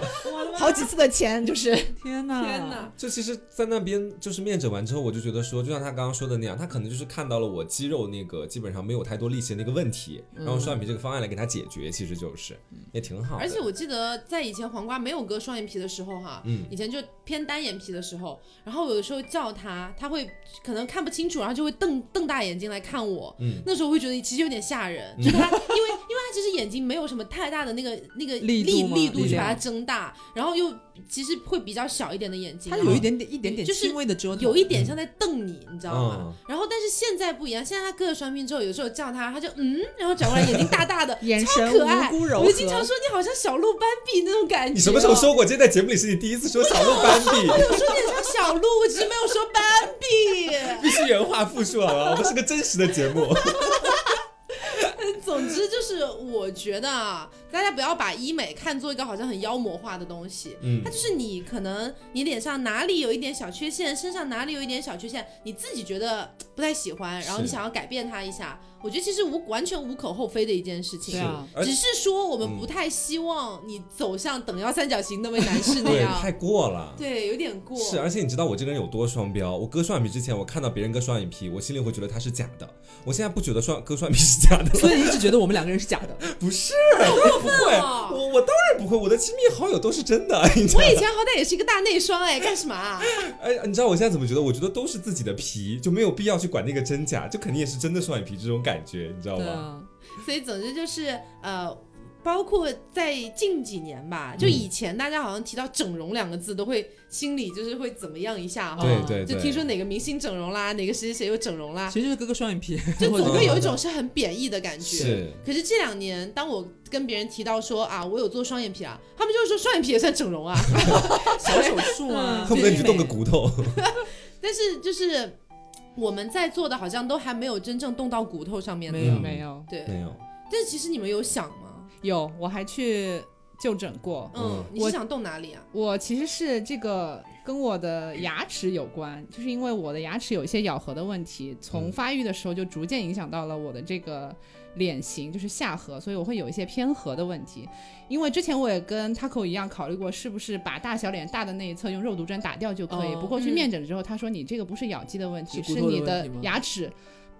D: 好几次的钱，就是，
C: 天哪
A: 天哪，
B: 就其实，在那边就是面诊完之后，我就觉得说，就像他刚刚说的那样，他可能就是看到了我肌肉那个基本上没有太多力气的那个问题，然后双眼皮这个方案来给他解决，其实就是也挺好
A: 嗯
B: 的，
A: 而且我记得在以前黄瓜没有割双眼皮的时候哈，
B: 嗯
A: 以前就偏单眼皮的时候，然后有的时候叫他，他会可能看不清楚，然后就会瞪瞪大眼睛来看我。
B: 嗯
A: 那时候会觉得其实有点吓人，
B: 嗯
A: 就是他，因为因为他其实眼睛没有什么太大的那个那个
C: 力
A: 力
C: 度吗
A: 力度
C: 力
A: 去
C: 量
A: 把它睁大，然后又其实会比较小一点的眼睛，
C: 他
A: 然后
C: 有一点点一点点
A: 就是
C: 轻微的折腾，
A: 有一点像在瞪你，你知道吗？
B: 嗯
A: 然后但是现在不一样，现在他割了双眼皮之后，有时候叫他，他就嗯，然后转过来眼睛大大的
D: 眼
A: 超
D: 神
A: 可爱
D: 无辜柔
A: 我就经
D: 和
A: 常说你好像小鹿斑比那种感觉。
B: 你什么时候？说过？今天在节目里是你第一次说小鹿斑比。
A: 我说你很像小鹿，我只是没有说斑比。
B: 必须原话复述好 吗？我们是个真实的节目。
A: 总之就是，我觉得啊，大家不要把医美看作一个好像很妖魔化的东西。
B: 嗯
A: 它就是你可能你脸上哪里有一点小缺陷，身上哪里有一点小缺陷，你自己觉得不太喜欢，然后你
B: 是
A: 想要改变它一下，我觉得其实无完全无可厚非的一件事情。
C: 对啊
B: 而
A: 只
B: 且
A: 是说我
B: 嗯
A: 们不太希望你走向等腰三角形那位男 士那
B: 对
A: 样，
B: 太过了。
A: 对，有点过。
B: 是，而啊且你知道我这个人有多双标？我割双眼皮之前，我看到别人割双眼皮，我心里会觉得它是假的。我现在不觉得双割双眼皮是假的了，
C: 所以一直觉得我们两个人是假的。
B: 不是，不会，
A: 哦
B: 我我当然不会，我的亲密好友都是真的。 你知道
A: 我，以前好歹也是一个大内双哎，干什么啊？
B: 哎，你知道我现在怎么觉得？我觉得都是自己的皮，就没有必要去管那个真假，就肯定也是真的双眼皮这种感觉，你知道
C: 对
B: 吗？
C: 啊，
A: 所以总之就是呃。包括在近几年
B: 嗯
A: 吧，就以前大家好像提到整容两个字，都会心里就是会怎么样一下哈。
B: 对对
A: 哦就
B: 对，
A: 听说哪个明星整容啦，哪个谁谁谁又整容 啦，
C: 其实就是割个双眼皮，
A: 就
C: 或者
A: 总会有一种是很贬义的感觉。
B: 是
A: 可是这两年，当我跟别人提到说啊，我有做双眼皮啊，他们就说双眼皮也算整容 啊。
C: 小手术啊，
B: 恨不得你去动个骨头。
A: 但是就是我们在座的，好像都还没有真正动到骨头上面
C: 没有
A: 的。
B: 嗯
D: 没有
A: 对，
B: 没有，
A: 但其实你们有想吗？
D: 有，我还去就诊过。
A: 嗯
B: 嗯，
A: 你是
D: 我
A: 想动哪里啊？
D: 我其实是这个跟我的牙齿有关，就是因为我的牙齿有一些咬合的问题，从
B: 嗯
D: 发育的时候就逐渐影响到了我的这个脸型，就是下颌，所以我会有一些偏颌的问题。因为之前我也跟 Taco 一样考虑过，是不是把大小脸大的那一侧用肉毒针打掉就可以。
C: 哦
D: 不过去
A: 嗯
D: 面诊之后，他说你这个不是咬肌的问题，
C: 是骨
D: 是
C: 头的
D: 你
C: 问
D: 的
C: 题吗
D: 牙齿。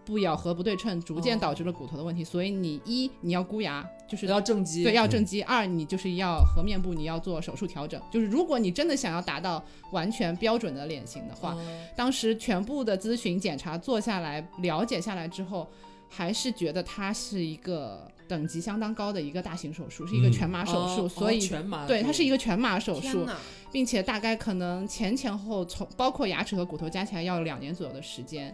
D: 不咬合不对称，逐渐
C: 哦
D: 导致了骨头的问题，所以你一你要箍牙，就是
C: 要正畸，
D: 对，要正
B: 嗯
D: 畸。二，你就是要和面部，你要做手术调整。就是如果你真的想要达到完全标准的脸型的话，
C: 嗯
D: 当时全部的咨询检查做下来，了解下来之后，还是觉得它是一个等级相当高的一个大型手术，是一个
B: 嗯
D: 全麻手术，
C: 哦
D: 所
C: 哦
D: 以。
C: 全麻，
D: 对，它是一个全麻手
A: 天
D: 术，
A: 哪！
D: 并且大概可能前前后从包括牙齿和骨头加起来要两年左右的时间。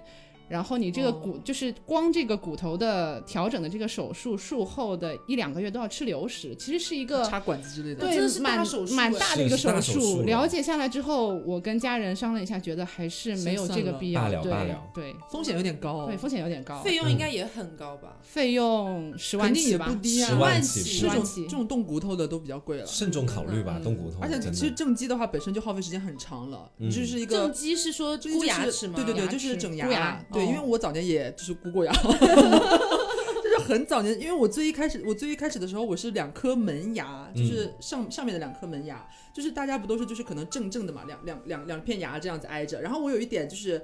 D: 然后你这个骨、
C: 哦
D: 就是光这个骨头的调整的这个手术术后的一两个月都要吃流食，其实是一个
C: 插管子之类的，
A: 真
D: 对
A: 的是大
D: 蛮
A: 手术
D: 蛮
A: 哎
D: 大的一
B: 是
D: 个
B: 是大手术
D: 了解下来之后，我跟家人商量一下，觉得还是没有这个必要。
B: 心散了
D: 对
B: 罢了罢了
D: 对
C: 风险有点高，哦
D: 对，风险有点高，
A: 费用应该也很高吧？
D: 费用十万
C: 肯定
D: 起
C: 也
D: 吧
C: 不。低啊，
B: 十
A: 万
B: 起
A: 起
D: 十
C: 这
D: 万
C: 种
D: 起
C: 这种动骨头的都比较贵了，
B: 慎重考虑吧，
A: 嗯
B: 动骨头。
C: 而且
B: 哦真
C: 其
B: 的
C: 实正畸的话本身就耗费时间很长了，你就
B: 嗯
C: 是一个
A: 正畸是说
C: 这就
A: 箍
C: 是
A: 牙齿吗？
C: 对对对，
D: 牙
C: 就是
D: 齿
C: 整
D: 箍
C: 牙。
D: 牙
C: 对，因为
D: 哦
C: 我早年也就是箍 过牙，就是很早年，因为我最一开始，我最一开始的时候，我是两颗门牙，
B: 嗯
C: 就是上、上面的两颗门牙，就是大家不都是就是可能正正的嘛，两两两两片牙这样子挨着，然后我有一点就是。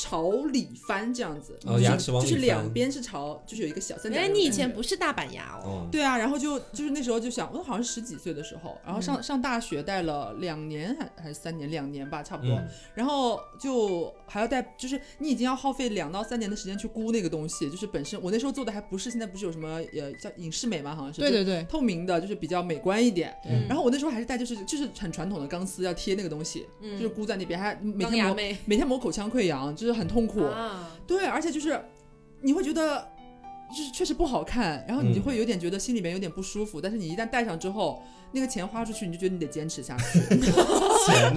C: 朝里翻这样子，
B: 哦
C: 就是
B: 牙齿往
C: 就是
B: 里
C: 两
B: 翻
C: 边是朝，就是有一个小三角
A: 原来哎
C: 形
A: 你以
C: 的
A: 前
C: 感觉
A: 不是大板牙哦。
B: 哦，
C: 对啊，然后就就是那时候就想，我好像十几岁的时候，然后
A: 嗯
C: 上、上大学戴了两年还还是三年，两年吧，差不多。
B: 嗯
C: 然后就还要戴，就是你已经要耗费两到三年的时间去估那个东西，就是本身我那时候做的还不是现在不是有什么呃叫影视美嘛，好像是
D: 对
C: 就是
D: 对对，
C: 透明的，就是比较美观一点。
B: 嗯
C: 然后我那时候还是戴就是就是很传统的钢丝要贴那个东西，
A: 嗯
C: 就是箍在那边，还每
A: 钢牙
C: 天磨
A: 妹
C: 每天磨口腔溃疡，就是很痛苦。
A: 啊，
C: 对，而且就是你会觉得就是确实不好看，然后你就
B: 嗯
C: 会有点觉得心里面有点不舒服，但是你一旦戴上之后，那个钱花出去，你就觉得你得坚持下去。
B: 钱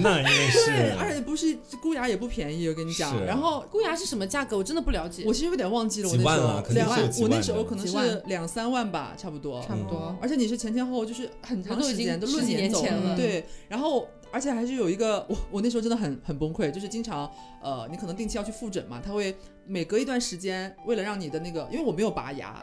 B: 呢，因为
C: 对，而
B: 是
C: 且不是箍牙也不便宜，我跟你讲。
B: 是
C: 然后
A: 箍牙是什么价格？我真的不了解。
C: 我其实有点忘记了，我
B: 几
C: 那
B: 万
C: 时
B: 了
C: 候
B: 肯定
C: 两
B: 是有几
C: 我那
B: 万
C: 时候
B: 的
C: 可能
D: 几
C: 是
D: 万
C: 两三万吧，差不多。
D: 差不多
B: 嗯。
C: 而且你是前前后后就是很长
A: 都已
C: 时
A: 经
C: 间，都
A: 十
C: 论
A: 几年
C: 走
A: 前
D: 了
C: 对，然后而且还是有一个我我那时候真的很很崩溃，就是经常呃你可能定期要去复诊嘛，他会每隔一段时间为了让你的那个，因为我没有拔牙。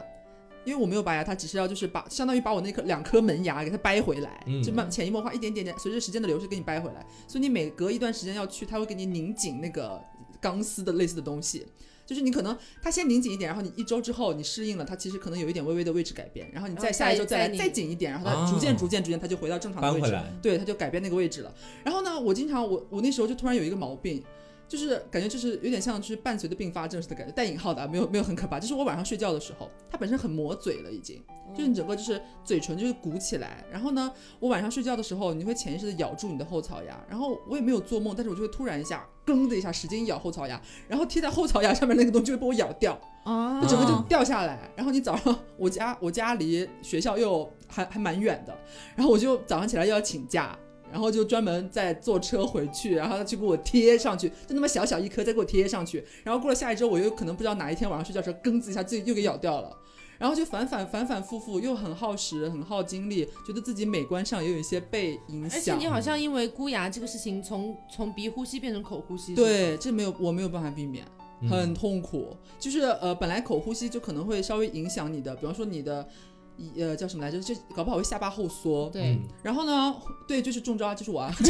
C: 因为我没有拔牙，他只是要就是把相当于把我那颗两颗门牙给它掰回来，
B: 嗯
C: 就慢潜移默化一点点点，随着时间的流逝给你掰回来。所以你每隔一段时间要去，他会给你拧紧那个钢丝的类似的东西，就是你可能它先拧紧一点，然后你一周之后你适应了，它其实可能有一点微微的位置改变，然后你
A: 然后
C: 再下一周
A: 哦再
C: 再来
A: 再拧
C: 再紧一点，然后它
B: 哦
C: 逐渐逐渐逐渐它就回到正常的
B: 搬
C: 位
B: 回
C: 置，
B: 来，
C: 对，它就改变那个位置了。然后呢，我经常我我那时候就突然有一个毛病。就是感觉就是有点像就是伴随着并发症似的感觉，带引号的啊，没有没有很可怕。就是我晚上睡觉的时候，它本身很磨嘴了已经，
A: 嗯
C: 就是你整个就是嘴唇就是鼓起来，然后呢，我晚上睡觉的时候，你会潜意识的咬住你的后槽牙，然后我也没有做梦，但是我就会突然一下，哽的一下使劲一咬后槽牙，然后贴在后槽牙上面那个东西就会被我咬掉，
D: 啊
C: 它整个就
B: 哦
C: 掉下来。然后你早上，我家我家离学校又还还蛮远的，然后我就早上起来又要请假。然后就专门再坐车回去，然后他去给我贴上去，就那么小小一颗，再给我贴上去。然后过了下一周，我又可能不知道哪一天晚上睡觉的时候，哽子一下自己又给咬掉了。然后就反反反反复复，又很耗时，很耗精力，觉得自己美观上也有一些被
A: 嗯
C: 影
A: 而且
C: 响
A: 你。好像因为箍牙这个事情从，从鼻呼吸变成口呼吸。是吗，
C: 对，这没有我没有办法避免，
B: 嗯
C: 很痛苦。就是呃，本来口呼吸就可能会稍微影响你的，比方说你的。呃，叫什么来着？就搞不好会下巴后缩。
D: 对，
B: 嗯
C: 然后呢，对，就是中招啊，就是我啊，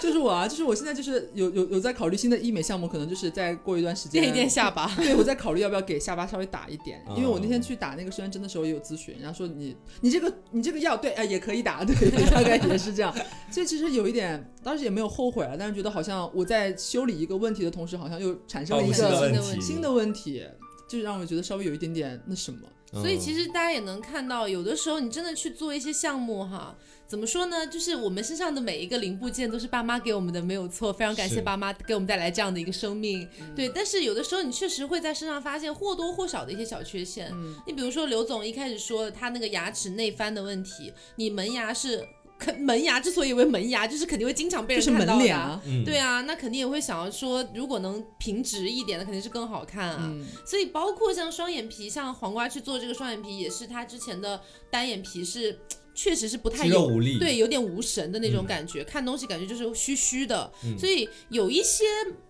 C: 就是我啊，就是我现在就是有有有在考虑新的医美项目，可能就是再过一段时间
A: 垫一垫下巴。
C: 对，我在考虑要不要给下巴稍微打一点，因为我那天
B: 哦
C: 去打那个瘦身针的时候也有咨询，人家说你你这个你这个药对，哎也可以打，对， 大概也是这样。所以其实有一点，当时也没有后悔了，啊但是觉得好像我在修理一个问题的同时，好像又产生
B: 哦
C: 了一
B: 不是
A: 新
B: 的
A: 的
C: 个
A: 问
B: 问
A: 题
B: 题，
C: 新的问题，就让我觉得稍微有一点点那什么。
B: 嗯
A: 所以其实大家也能看到，有的时候你真的去做一些项目哈，怎么说呢？就是我们身上的每一个零部件都是爸妈给我们的，没有错。非常感谢
B: 是
A: 爸妈给我们带来这样的一个生命。
C: 嗯
A: 对，但是有的时候你确实会在身上发现或多或少的一些小缺陷。
C: 嗯
A: 你比如说刘总一开始说的他那个牙齿内翻的问题，你门牙是。肯门牙之所以为门牙，就是肯定会经常被
C: 就是
A: 人看
C: 门
A: 到的
C: 脸
A: 啊。
C: 啊，
B: 嗯，
A: 对啊，那肯定也会想要说，如果能平直一点的，肯定是更好看啊。
C: 嗯
A: 所以包括像双眼皮，像黄瓜去做这个双眼皮，也是他之前的单眼皮是确实是不太
B: 肌肉
A: 有。
B: 无力，
A: 对，有点无神的那种
B: 嗯
A: 感觉，看东西感觉就是虚虚的，
B: 嗯
A: 所以有一些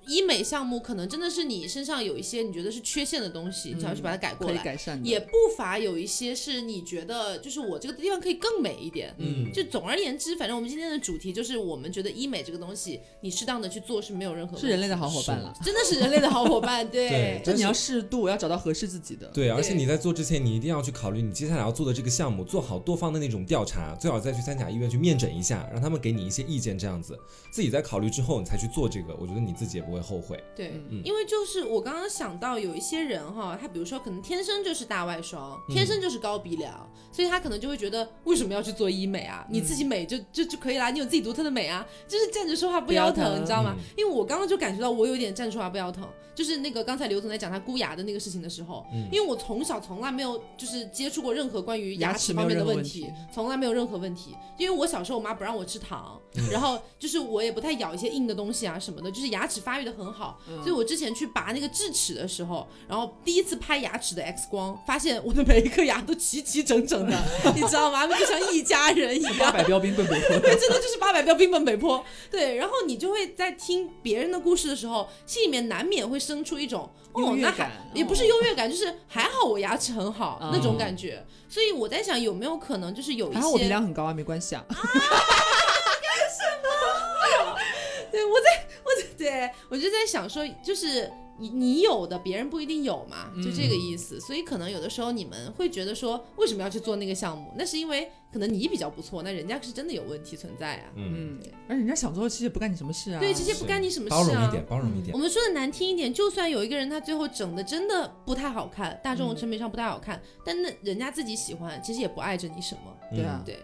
A: 医美项目可能真的是你身上有一些你觉得是缺陷的东
B: 嗯
A: 西，你想要去把它改过
C: 可以
A: 来，
C: 改善的。
A: 也不乏有一些是你觉得就是我这个地方可以更美一点，
B: 嗯，
A: 就总而言之，反正我们今天的主题就是，我们觉得医美这个东西，你适当的去做是没有任何
C: 是人类
A: 的，
C: 的好伙伴了，
A: 真的是人类的好伙伴，
B: 对
A: 对，
C: 就
B: 但
C: 你
B: 是
C: 要适度，要找到合适自 己的。
B: 对，而且你在做之前，你一定要去考虑你接下来要做的这个项目，做好多方的那种调查，最好再去三甲医院去面诊一下，让他们给你一些意见，这样子自己在考虑之后，你才去做这个，我觉得你自己也不会后悔。
A: 对
B: 嗯
A: 因为就是我刚刚想到有一些人哈，他比如说可能天生就是大外双，天生就是高鼻梁，所以他可能就会觉得为什么要去做医美啊？你自己美就就就可以啦，你有自己独特的美啊，就是站着说话不腰
C: 不腰疼
A: 疼，你知道吗
B: 嗯？
A: 因为我刚刚就感觉到我有点站着说话不腰疼，就是那个刚才刘总在讲他箍牙的那个事情的时候，
B: 嗯
A: 因为我从小从来没有就是接触过任何关于
C: 牙
A: 牙
C: 齿
A: 齿
C: 没
A: 方
C: 有
A: 面的
C: 任何
A: 问
C: 问题
A: 题，从来没有任何问题。因为我小时候我妈不让我吃糖，然后就是我也不太咬一些硬的东西啊什么的，就是牙齿发育的很好，
C: 嗯
A: 所以我之前去拔那个智齿的时候，然后第一次拍牙齿的 X 光，发现我的每一颗牙都齐齐整整 的，你知道吗？就像一家人一
C: 八
A: 样。
C: 百标兵对不
A: 对，
C: 对？
A: 真的就是八百标兵奔北坡。对，然后你就会在听别人的故事的时候，心里面难免会生出一种
C: 优
A: 哦，
C: 越
A: 那
C: 感哦
A: 还也不是优越感，就是还好我牙齿很好、那
B: 嗯
A: 种感觉。所以我在想，有没有可能就是有一
C: 还好我鼻
A: 些
C: 梁很高啊，没关系啊。
A: 对我在我在对我就在想说，就是你你有的别人不一定有嘛，就这个
B: 嗯
A: 意思。所以可能有的时候你们会觉得说，为什么要去做那个项目？那是因为可能你比较不错，那人家是真的有问题存在啊。
B: 嗯，
C: 嗯，而人家想做，其实也不干你什么事啊。
A: 对，这些不
B: 是
A: 干你什么事啊。
B: 包容一点，包容一点
A: 我。们说的难听一点，就算有一个人他最后整的真的不太好看，大
B: 嗯
A: 众审美上不太好看，但那人家自己喜欢，其实也不碍着你什么。
B: 嗯
C: 对啊，
A: 嗯对，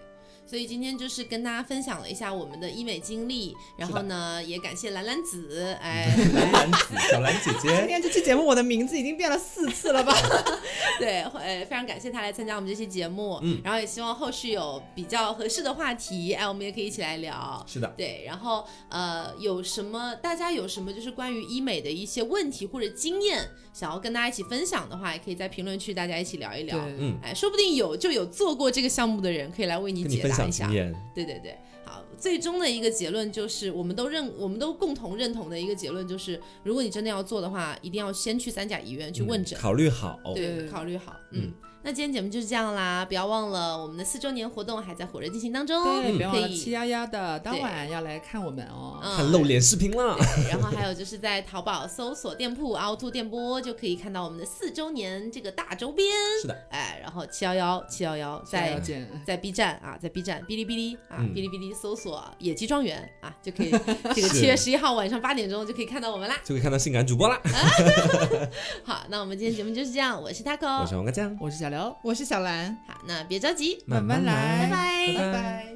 A: 所以今天就是跟大家分享了一下我们的医美经历，然后呢，也感谢兰兰子， 哎，
B: 蓝蓝子，小蓝姐
E: 今
C: 哎
B: 姐，
E: 天这期节目我的名字已经变了四次了吧？
A: 对，呃，非常感谢她来参加我们这期节目，
B: 嗯
A: 然后也希望后续有比较合适的话题，哎，我们也可以一起来聊。
B: 是的，
A: 对，然后呃，有什么大家有什么就是关于医美的一些问题或者经验，想要跟大家一起分享的话，也可以在评论区大家一起聊一聊。
C: 对，
B: 嗯，
A: 哎，说不定有就有做过这个项目的人，可以来为你
B: 跟你
A: 解
B: 分
A: 答
B: 享
A: 一下
B: 经。验，
A: 对对对，好，最终的一个结论就是，我们都认，我们都共同认同的一个结论就是，如果你真的要做的话，一定要先去三甲医院去问
B: 嗯
A: 诊，
B: 考虑好。
A: 对，
C: 对
A: 考虑好，哦嗯。那今天节目就是这样啦，不要忘了我们的四周年活动还在火热进行当中哦，
C: 对，别忘
A: 可
C: 了
A: 以
C: 七幺幺的当
A: 对
C: 晚要来看我们哦。
A: 嗯
B: 看露脸视频啦，
A: 然后还有就是在淘宝搜索店铺凹凸电波，就可以看到我们的四周年这个大周边。
B: 是的，
A: 哎，然后七幺幺七幺幺
C: 再
A: 在
C: 见。
A: 在 B 站啊，在 B 站哔哩哔哩啊，
B: 嗯
A: 哔哩哔哩搜索“野鸡庄园”啊，就 可以这个
B: 是
A: 七月十一号晚上八点钟就可以看到我们啦。
B: 就会看到性感主播啦。
A: 好，那我们今天节目就是这样，我是 taco，
B: 我是王干酱，
C: 我是小刘，
E: 我是小兰，
A: 好，那别着急，
E: 慢慢来
A: 拜拜
E: 拜
B: 拜
E: 拜